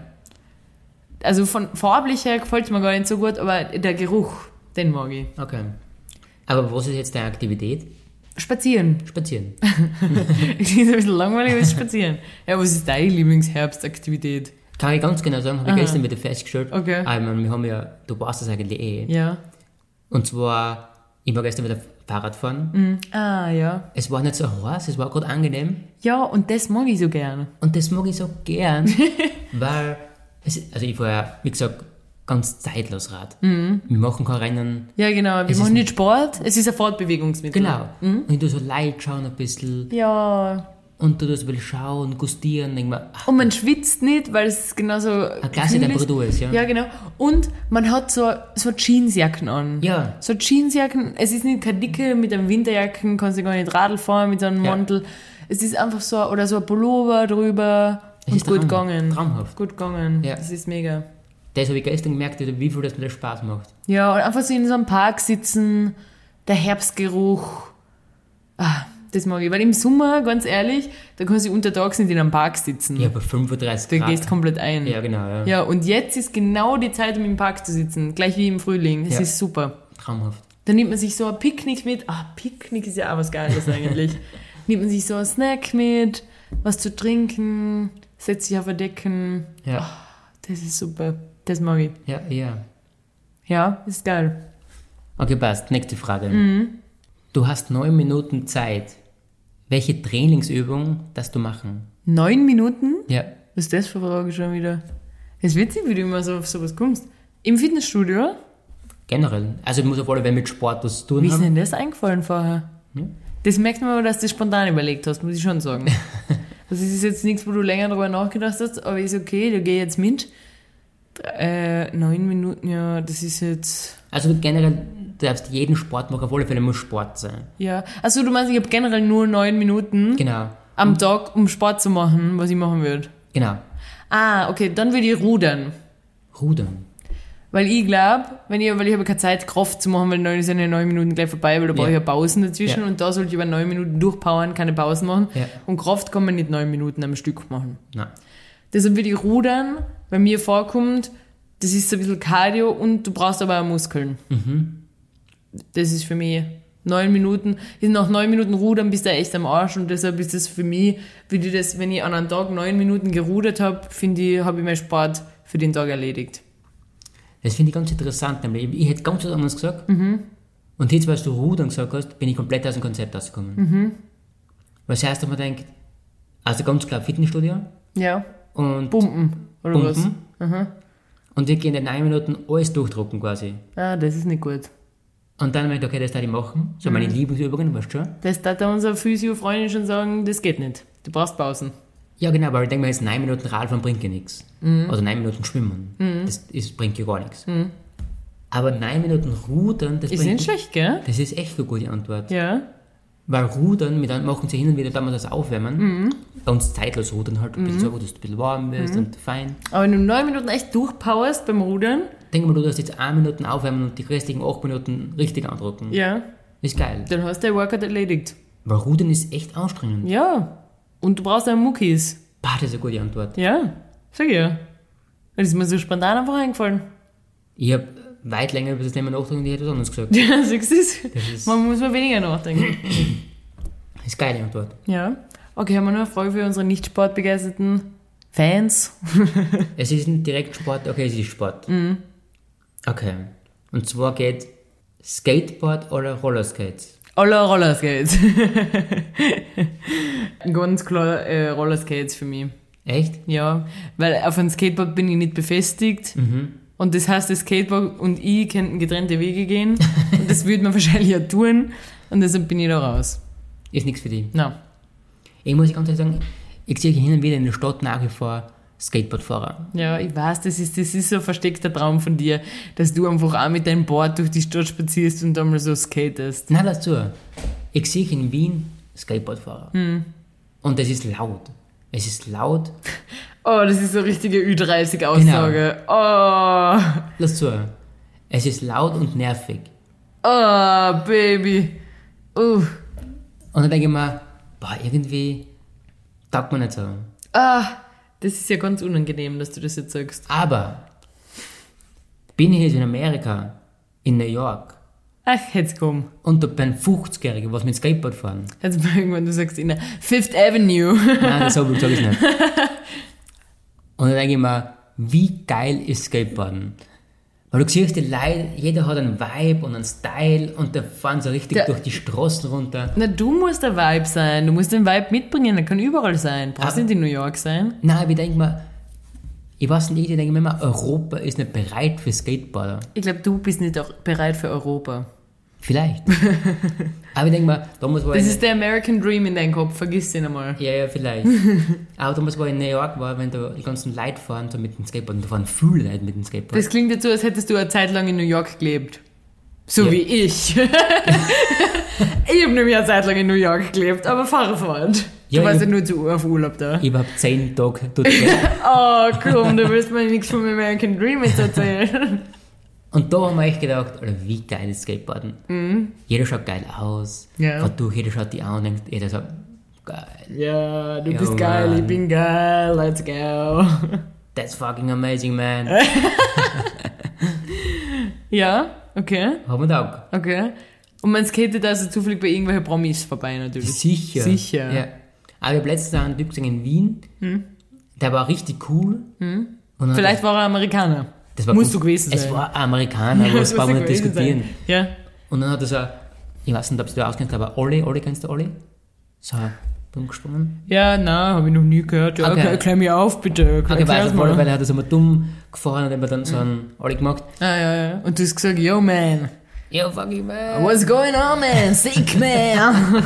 Also von farblich her gefällt es mir gar nicht so gut, aber der Geruch, den mag ich. Okay. Aber was ist jetzt deine Aktivität? Spazieren. Spazieren. Ich finde es ein bisschen langweilig, aber es ist Spazieren. Ja, was ist deine Lieblingsherbstaktivität? Kann ich ganz genau sagen, habe ich Aha. gestern wieder festgestellt. Okay. Ah, ich meine, wir haben ja, du warst das eigentlich eh. Ja. Und zwar, ich war gestern wieder Fahrrad fahren. Mhm. Ah, ja. Es war nicht so heiß, es war gerade angenehm. Ja, und das mag ich so gerne. Und das mag ich so gern, weil, es, also ich fahre ja, wie gesagt, ganz zeitlos Rad. Mhm. Wir machen kein Rennen. Ja, genau. Wir Es machen ist- nicht Sport, es ist ein Fortbewegungsmittel. Genau. Mhm. Und ich tue so leicht schauen ein bisschen. Ja. Und du tust ein bisschen schauen, gustieren. Denk mir, ach, Und man schwitzt nicht, weil es genauso. Eine klasse Temperatur ist, ja. Ja, genau. Und man hat so, so Jeansjacken an. ja, So Jeansjacken, es ist nicht keine dicke, mit einem Winterjacken kannst du gar nicht Radl fahren, mit so einem Ja. Mantel. Es ist einfach so, oder so ein Pullover drüber Es und ist gut traumhaft, gegangen. traumhaft. Gut gegangen, Ja. das ist mega. das habe ich gestern gemerkt, wieder, wie viel das mir das Spaß macht. Ja, und einfach so in so einem Park sitzen, der Herbstgeruch. Ah, das mag ich. Weil im Sommer, ganz ehrlich, da kannst du untertags nicht in einem Park sitzen. Ja, bei 35 Du Grad. gehst komplett ein. ja, genau, ja. Ja, und jetzt ist genau die Zeit, um im Park zu sitzen. Gleich wie im Frühling. Das Ja. ist super. Traumhaft. Dann nimmt man sich so ein Picknick mit. Ah, Picknick ist ja auch was Geiles eigentlich. nimmt man sich so einen Snack mit, was zu trinken, setzt sich auf ein Decken. Ah. Ja, Das ist super. Das mag ich. ja, ja. Ja, ist geil. Okay, passt. Nächste Frage. Du hast neun Minuten Zeit. Welche Trainingsübung darfst du machen? Neun Minuten? Ja, Was ist das für eine Frage schon wieder? Das ist witzig, wie du immer so auf sowas kommst. Im Fitnessstudio? generell. Also, muss auf alle Fälle mit Sport was zu Wie tun ist haben. denn das eingefallen vorher? Hm? Das merkt man aber, dass du das spontan überlegt hast, muss ich schon sagen. Also es ist jetzt nichts, wo du länger drüber nachgedacht hast, aber ist okay, da gehe ich jetzt mit. Äh, neun Minuten, ja, das ist jetzt... Also, generell du darfst jeden Sport machen. Auf alle Fälle muss Sport sein. Ja, also du meinst, ich habe generell nur neun Minuten Genau, am Tag, um Sport zu machen, was ich machen würde. genau. Ah, okay, dann würde ich rudern. Rudern. Weil ich glaube, wenn ich, weil ich habe keine Zeit, Kraft zu machen, weil neun ist ja in neun Minuten gleich vorbei, weil da brauche ich Ja. ja Pausen dazwischen Ja. und da sollte ich über neun Minuten durchpowern, keine Pausen machen. Ja. Und Kraft kann man nicht neun Minuten am Stück machen. Nein. Deshalb würde ich rudern, weil mir vorkommt, das ist so ein bisschen Cardio und du brauchst aber auch Muskeln. Mhm. Das ist für mich neun Minuten. Ist nach neun Minuten rudern bist du echt am Arsch und deshalb ist das für mich, würde ich das, wenn ich an einem Tag neun Minuten gerudert habe, finde ich, habe ich meinen Sport für den Tag erledigt. Das finde ich ganz interessant. Nämlich, ich hätte ganz was anderes gesagt. Und jetzt, weil du Rudern gesagt hast, bin ich komplett aus dem Konzept rausgekommen. Was heißt, dass man denkt, also ganz klar Fitnessstudio Ja. und Pumpen, oder was? Pumpen. Und wir gehen in den 9 Minuten alles durchdrucken quasi. Ah, das ist nicht gut. Und dann merke ich, okay, das darf ich machen. So Mhm. meine Lieblingsübungen, weißt du schon? Das darf da unser Physio-Freundin schon sagen, das geht nicht. Du brauchst Pausen. Ja, genau, weil ich denke mir jetzt, 9 Minuten Radfahren bringt ja nichts. Mhm. Also 9 Minuten Schwimmen, das ist, bringt ja gar nichts. Aber 9 Minuten Rudern, das Ist bringt... nicht schlecht, gell? Das ist echt eine gute Antwort. Ja. Weil Rudern, mit einem machen sie hin und wieder damals das Aufwärmen. Mhm. Bei uns zeitlos Rudern halt, ein bisschen so, wo du ein bisschen warm wirst und fein. Aber wenn du neun Minuten echt durchpowerst beim Rudern, Denk mal, du darfst jetzt 1 Minuten aufwärmen und die restlichen 8 Minuten richtig andrücken. ja, Ist geil. dann hast du dein Workout erledigt. Weil Rudern ist echt anstrengend. Ja. Und du brauchst deine Muckis. Bah, das ist eine gute Antwort. Ja, sag ich ja. Das ist mir so spontan einfach eingefallen. Ich habe weit länger über das Thema nachdenken, die hätte was anderes gesagt. Ja, siehst du's? Das ist, Man muss mal weniger nachdenken. ist geil, die Antwort. Ja. Okay, haben wir noch eine Frage für unsere nicht sportbegeisterten Fans? Es ist nicht direkt Sport, okay, es ist Sport. Okay. Und zwar geht Skateboard oder Rollerskates? Alle Rollerskates. Ganz klar äh, Rollerskates für mich. Echt? Ja, weil auf einem Skateboard bin ich nicht befestigt. Mhm. Und das heißt, das Skateboard und ich könnten getrennte Wege gehen. Und das würde man wahrscheinlich ja tun. Und deshalb bin ich da raus. Ist nichts für die. Na, Ich muss ganz ehrlich sagen, ich sehe hin und wieder in der Stadt nach wie vor Skateboardfahrer. ja, ich weiß, das ist, das ist so ein versteckter Traum von dir, dass du einfach auch mit deinem Board durch die Stadt spazierst und einmal so skatest. Nein, lass zu. Ich sehe in Wien Skateboardfahrer. Und es ist laut. Es ist laut. Oh, das ist so richtige Ü30-Aussage. Oh, Lass zu. Es ist laut und nervig. oh, Baby. Uh, Und dann denke ich mir, boah, irgendwie taugt man nicht so. ah, das ist ja ganz unangenehm, dass du das jetzt sagst. Aber bin ich jetzt in Amerika, in New York, Ach, jetzt komm. und da bin 50-Jährige, was mit Skateboard fahren. Jetzt mal irgendwann, du sagst in der Fifth Avenue. Nein, das habe ich sag ich nicht. Und dann denke ich mir, wie geil ist Skateboarden? Weil du siehst die Leute, jeder hat einen Vibe und einen Style und da fahren sie richtig Der- durch die Straßen runter. Na, du musst der Vibe sein. Du musst den Vibe mitbringen. Er kann überall sein. Brauchst Aber- nicht in New York sein. Nein, aber ich denke mir, ich weiß nicht, ich denke mir immer, Europa ist nicht bereit für Skateboarder. Ich glaube, du bist nicht auch bereit für Europa. Vielleicht. aber ich denke mir, damals war Das ich ist der American Dream in deinem Kopf. Vergiss den einmal. Ja, ja, vielleicht. Aber damals, wo ich in New York war, wenn da die ganzen Leute fahren, so mit dem Skateboard, und da fahren viele Leute mit dem Skateboard. Das klingt jetzt so, als hättest du eine Zeit lang in New York gelebt. So Ja. wie ich. ich habe nämlich eine Zeit lang in New York gelebt, aber fahre fort. Du Ja, warst ich- ja nur zu, auf Urlaub da. ich habe zehn Tage dort gelebt. Oh, komm, du willst mir nichts vom American Dream jetzt erzählen. Und da haben wir echt gedacht, Alter, wie geil ist Skateboarden. Jeder schaut geil aus, Mhm. Ja. fährt durch, jeder schaut die an und denkt, jeder so, geil, Ja, du Ja, bist geil, ich Mann. bin geil, let's go. that's fucking amazing, Äh. man. Ja, okay, haben wir da okay. Und man skatet also zufällig bei irgendwelchen Promis vorbei auch. natürlich. Sicher. Sicher. Hm. Ja. Aber ich habe letztens einen Typ gesehen in Wien, der war richtig cool. Und dann- Vielleicht war er Amerikaner. das war musst gut. du gewesen sein. Es war ein Amerikaner, aber das Muss brauchen wir er nicht gewesen diskutieren. Sein. Ja. Und dann hat er so, ich weiß nicht, ob du da auskennst, aber Olli, Olli, kennst du Olli? So, dumm gesprungen. Ja, na, habe ich noch nie gehört. Ja, Okay. okay. Erklär mir auf, bitte. Okay, erklär's weiß ich mal. voll, weil er hat das einmal dumm gefahren und hat mir dann so einen Olli gemacht. Ah, ja, ja. Und du hast gesagt, yo, man, Yo, fucking man. what's going on, man? Sick, man.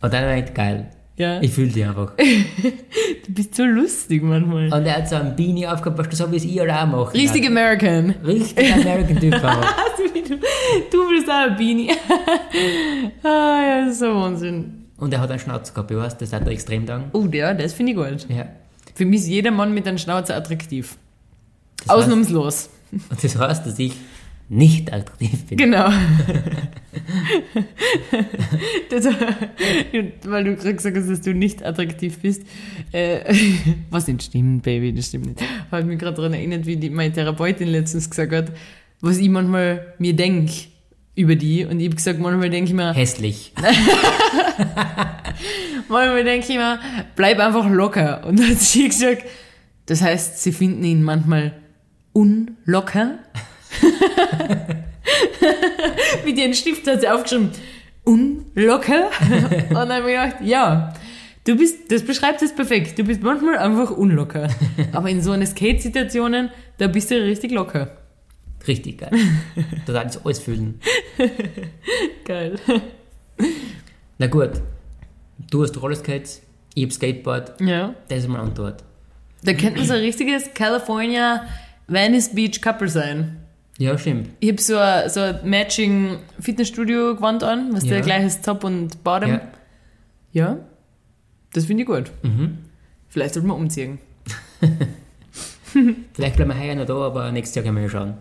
Und dann war echt geil. ja, Ich fühle dich einfach. du bist so lustig manchmal. Und er hat so einen Beanie aufgepasst, so wie es ich halt auch mache. Richtig American. Richtig American Typ einfach. Wie du, du bist auch ein Beanie. ah, ja, das ist so Wahnsinn. Und er hat einen Schnauz gehabt, ich weiß, das hat er extrem lang. Oh, der, das finde ich gut. Ja. Für mich ist jeder Mann mit einem Schnauzer attraktiv. Das Ausnahmslos. Heißt, und das heißt, dass ich nicht attraktiv bin. Genau. das, weil du gerade gesagt hast, dass du nicht attraktiv bist. Äh, was nicht stimmt, Baby, das stimmt nicht. Hat mich gerade daran erinnert, wie die, meine Therapeutin letztens gesagt hat, was ich manchmal mir denke über die. Und ich habe gesagt, manchmal denke ich mir, Hässlich. Manchmal denke ich immer, bleib einfach locker. Und dann hat sie gesagt, das heißt, sie finden ihn manchmal unlocker. Mit ihrem Stift hat sie aufgeschrieben, unlocker. Und dann habe ich gedacht, ja, du bist, das beschreibt es perfekt. Du bist manchmal einfach unlocker. Aber in so einer Skate-Situationen, da bist du richtig locker. Richtig geil. Total das alles fühlen. Geil. Na gut. Du hast Rollerskates, ich hab Skateboard. Ja. Das ist meine Antwort. Da könnten so ein richtiges California Venice Beach Couple sein. Ja, stimmt. Ich habe so ein, so ein Matching Fitnessstudio Gewand an, was der Ja. gleiches Top und Bottom. Ja. Ja, das finde ich gut. Mhm. Vielleicht sollten wir umziehen. Vielleicht bleiben wir heuer noch da, aber nächstes Jahr können wir ja schauen.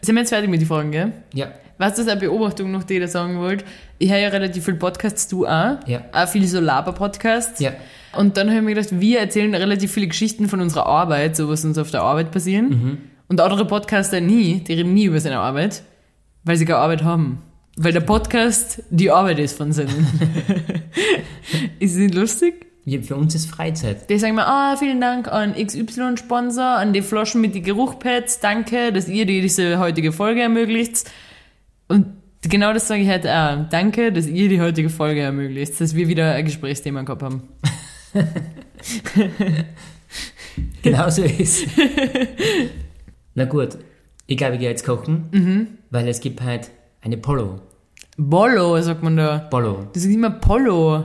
Sind wir jetzt fertig mit den Fragen, gell? Ja, Was das eine Beobachtung noch, die ich da sagen wollte? Ich höre ja relativ viel Podcasts, du auch. Ja. Auch viele so Laber-Podcasts. ja. Und dann habe ich mir gedacht, wir erzählen relativ viele Geschichten von unserer Arbeit, so was uns auf der Arbeit passieren. Und andere Podcaster nie, die reden nie über seine Arbeit, weil sie keine Arbeit haben. Weil der Podcast die Arbeit ist von Sinnen. ist es nicht lustig? Ja, für uns ist Freizeit. Die sagen mir, ah, vielen Dank an XY-Sponsor, an die Flaschen mit den Geruchpads, danke, dass ihr die- diese heutige Folge ermöglicht. Und genau das sage ich halt auch. Danke, dass ihr die heutige Folge ermöglicht, dass wir wieder ein Gesprächsthema gehabt haben. Genau so ist. Na gut, ich glaube, ich gehe jetzt kochen, weil es gibt halt eine Polo. Bollo, sagt man da. Polo. Das ist immer Polo.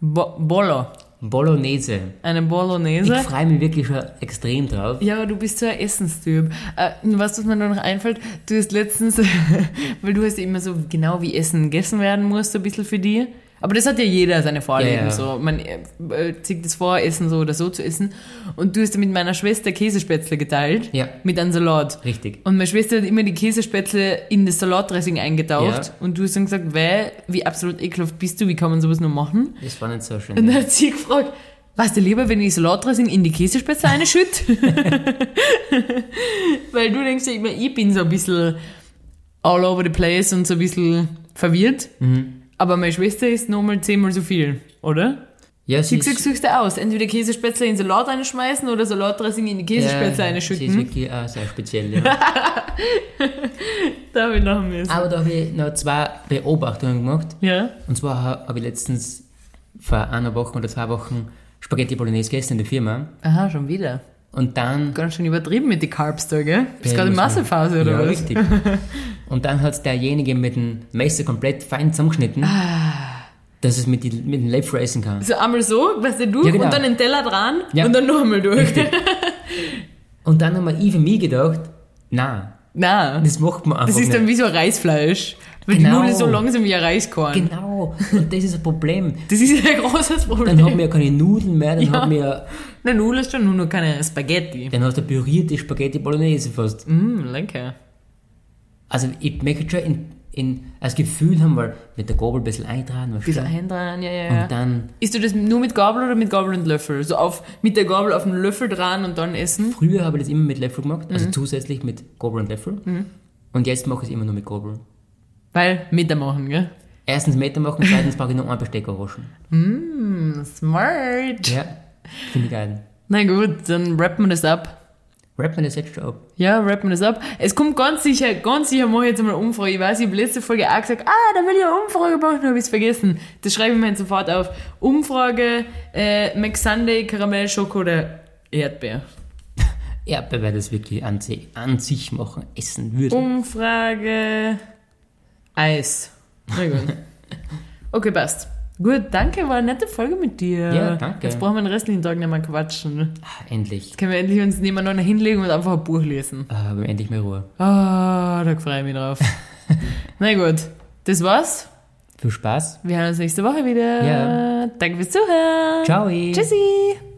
Bo Bollo. Bolognese. Eine Ich Bolognese. freue mich wirklich schon extrem drauf. Ja, aber du bist so ein Essenstyp. Äh, was, was mir da noch einfällt, du hast letztens, weil du hast ja immer so genau wie Essen gegessen werden muss, so ein bisschen für die. Aber das hat ja jeder seine Vorlieben. Ja, ja. So. Man äh, äh, zieht das vor, Essen so oder so zu essen. Und du hast ja mit meiner Schwester Käsespätzle geteilt. Ja. Mit einem Salat. Richtig. Und meine Schwester hat immer die Käsespätzle in das Salatdressing eingetaucht. Ja. Und du hast dann gesagt, weil, wie absolut ekelhaft bist du, wie kann man sowas nur machen? Das war nicht so Und schön. dann hat sie gefragt, was dir lieber, wenn ich Salatdressing in die Käsespätzle reinschütte? Weil du denkst ja immer, ich bin so ein bisschen all over the place und so ein bisschen verwirrt. Mhm. Aber meine Schwester ist nochmal zehnmal so viel, oder? Ja, sie Sie ist, suchst du aus. Entweder Käsespätzle in Salat reinschmeißen oder Salatdressing in die Käsespätzle ja, sie ist reinschütten. wirklich auch sehr speziell. Ja. Da habe ich noch mehr. Aber da habe ich noch zwei Beobachtungen gemacht. Ja. Und zwar ha- habe ich letztens vor einer Woche oder zwei Wochen Spaghetti Bolognese gegessen in der Firma. Aha, schon wieder. Und dann. Ganz schön übertrieben mit den Carbs da, gell? Ist Ja, gerade muss man- Massephase oder ja, was? Richtig. Und dann hat derjenige mit dem Messer komplett fein zusammengeschnitten, Ah. dass es mit, die, mit dem Löffel essen kann. So einmal so, weißt du, durch Ja, genau. und dann den Teller dran Ja. und dann noch einmal durch. Und dann habe ich für mich gedacht, na, Nein, das macht man einfach das ist dann nicht. wie so ein Reisfleisch. Weil die Genau. Nudeln so langsam wie ein Reiskorn. Genau, und das ist ein Problem. Das ist ein großes Dann haben Problem. wir ja keine Nudeln mehr, dann, Ja. haben wir, Eine Nudel ist schon nur noch keine Spaghetti. dann hast du pürierte Spaghetti Bolognese fast. Mm, lecker. Also ich möchte schon in, in, als Gefühl haben, weil mit der Gabel ein bisschen eintragen, was Bisschen eindran, ja, ja, Und ja. dann Isst du das nur mit Gabel oder mit Gabel und Löffel? So auf, mit der Gabel auf den Löffel dran und dann essen? Früher habe ich das immer mit Löffel gemacht, also Mhm. zusätzlich mit Gabel und Löffel. Und jetzt mache ich es immer nur mit Gabel. Weil, Meter machen, gell? Erstens Meter machen, zweitens brauche ich noch einen Besteck erwaschen. Mm, Smart. Ja, finde ich geil. Na gut, dann rappen wir das ab. Rap mir das jetzt schon ab. Ja, rappen wir das ab. Es kommt ganz sicher, ganz sicher mache ich jetzt einmal eine Umfrage. Ich weiß, ich habe letzte Folge auch gesagt, ah, da will ich eine Umfrage machen, habe ich es vergessen. Das schreibe ich mir jetzt sofort auf. Umfrage, äh, McSunday, Karamell, Schoko oder Erdbeer. Erdbeer werde das wirklich an, si- an sich machen, essen würde. Um. Umfrage, Eis. Na gut. Okay, passt. Gut, danke, war eine nette Folge mit dir. Ja, danke. Jetzt brauchen wir den restlichen Tag nicht mehr quatschen. Ah, endlich. Jetzt können wir endlich uns nebeneinander hinlegen und einfach ein Buch lesen. Ah, Aber endlich mal Ruhe. Ah, da freue ich mich drauf. Na gut, das war's. Viel Spaß. Wir hören uns nächste Woche wieder. Ja. Danke fürs Zuhören. Ciao. Tschüssi.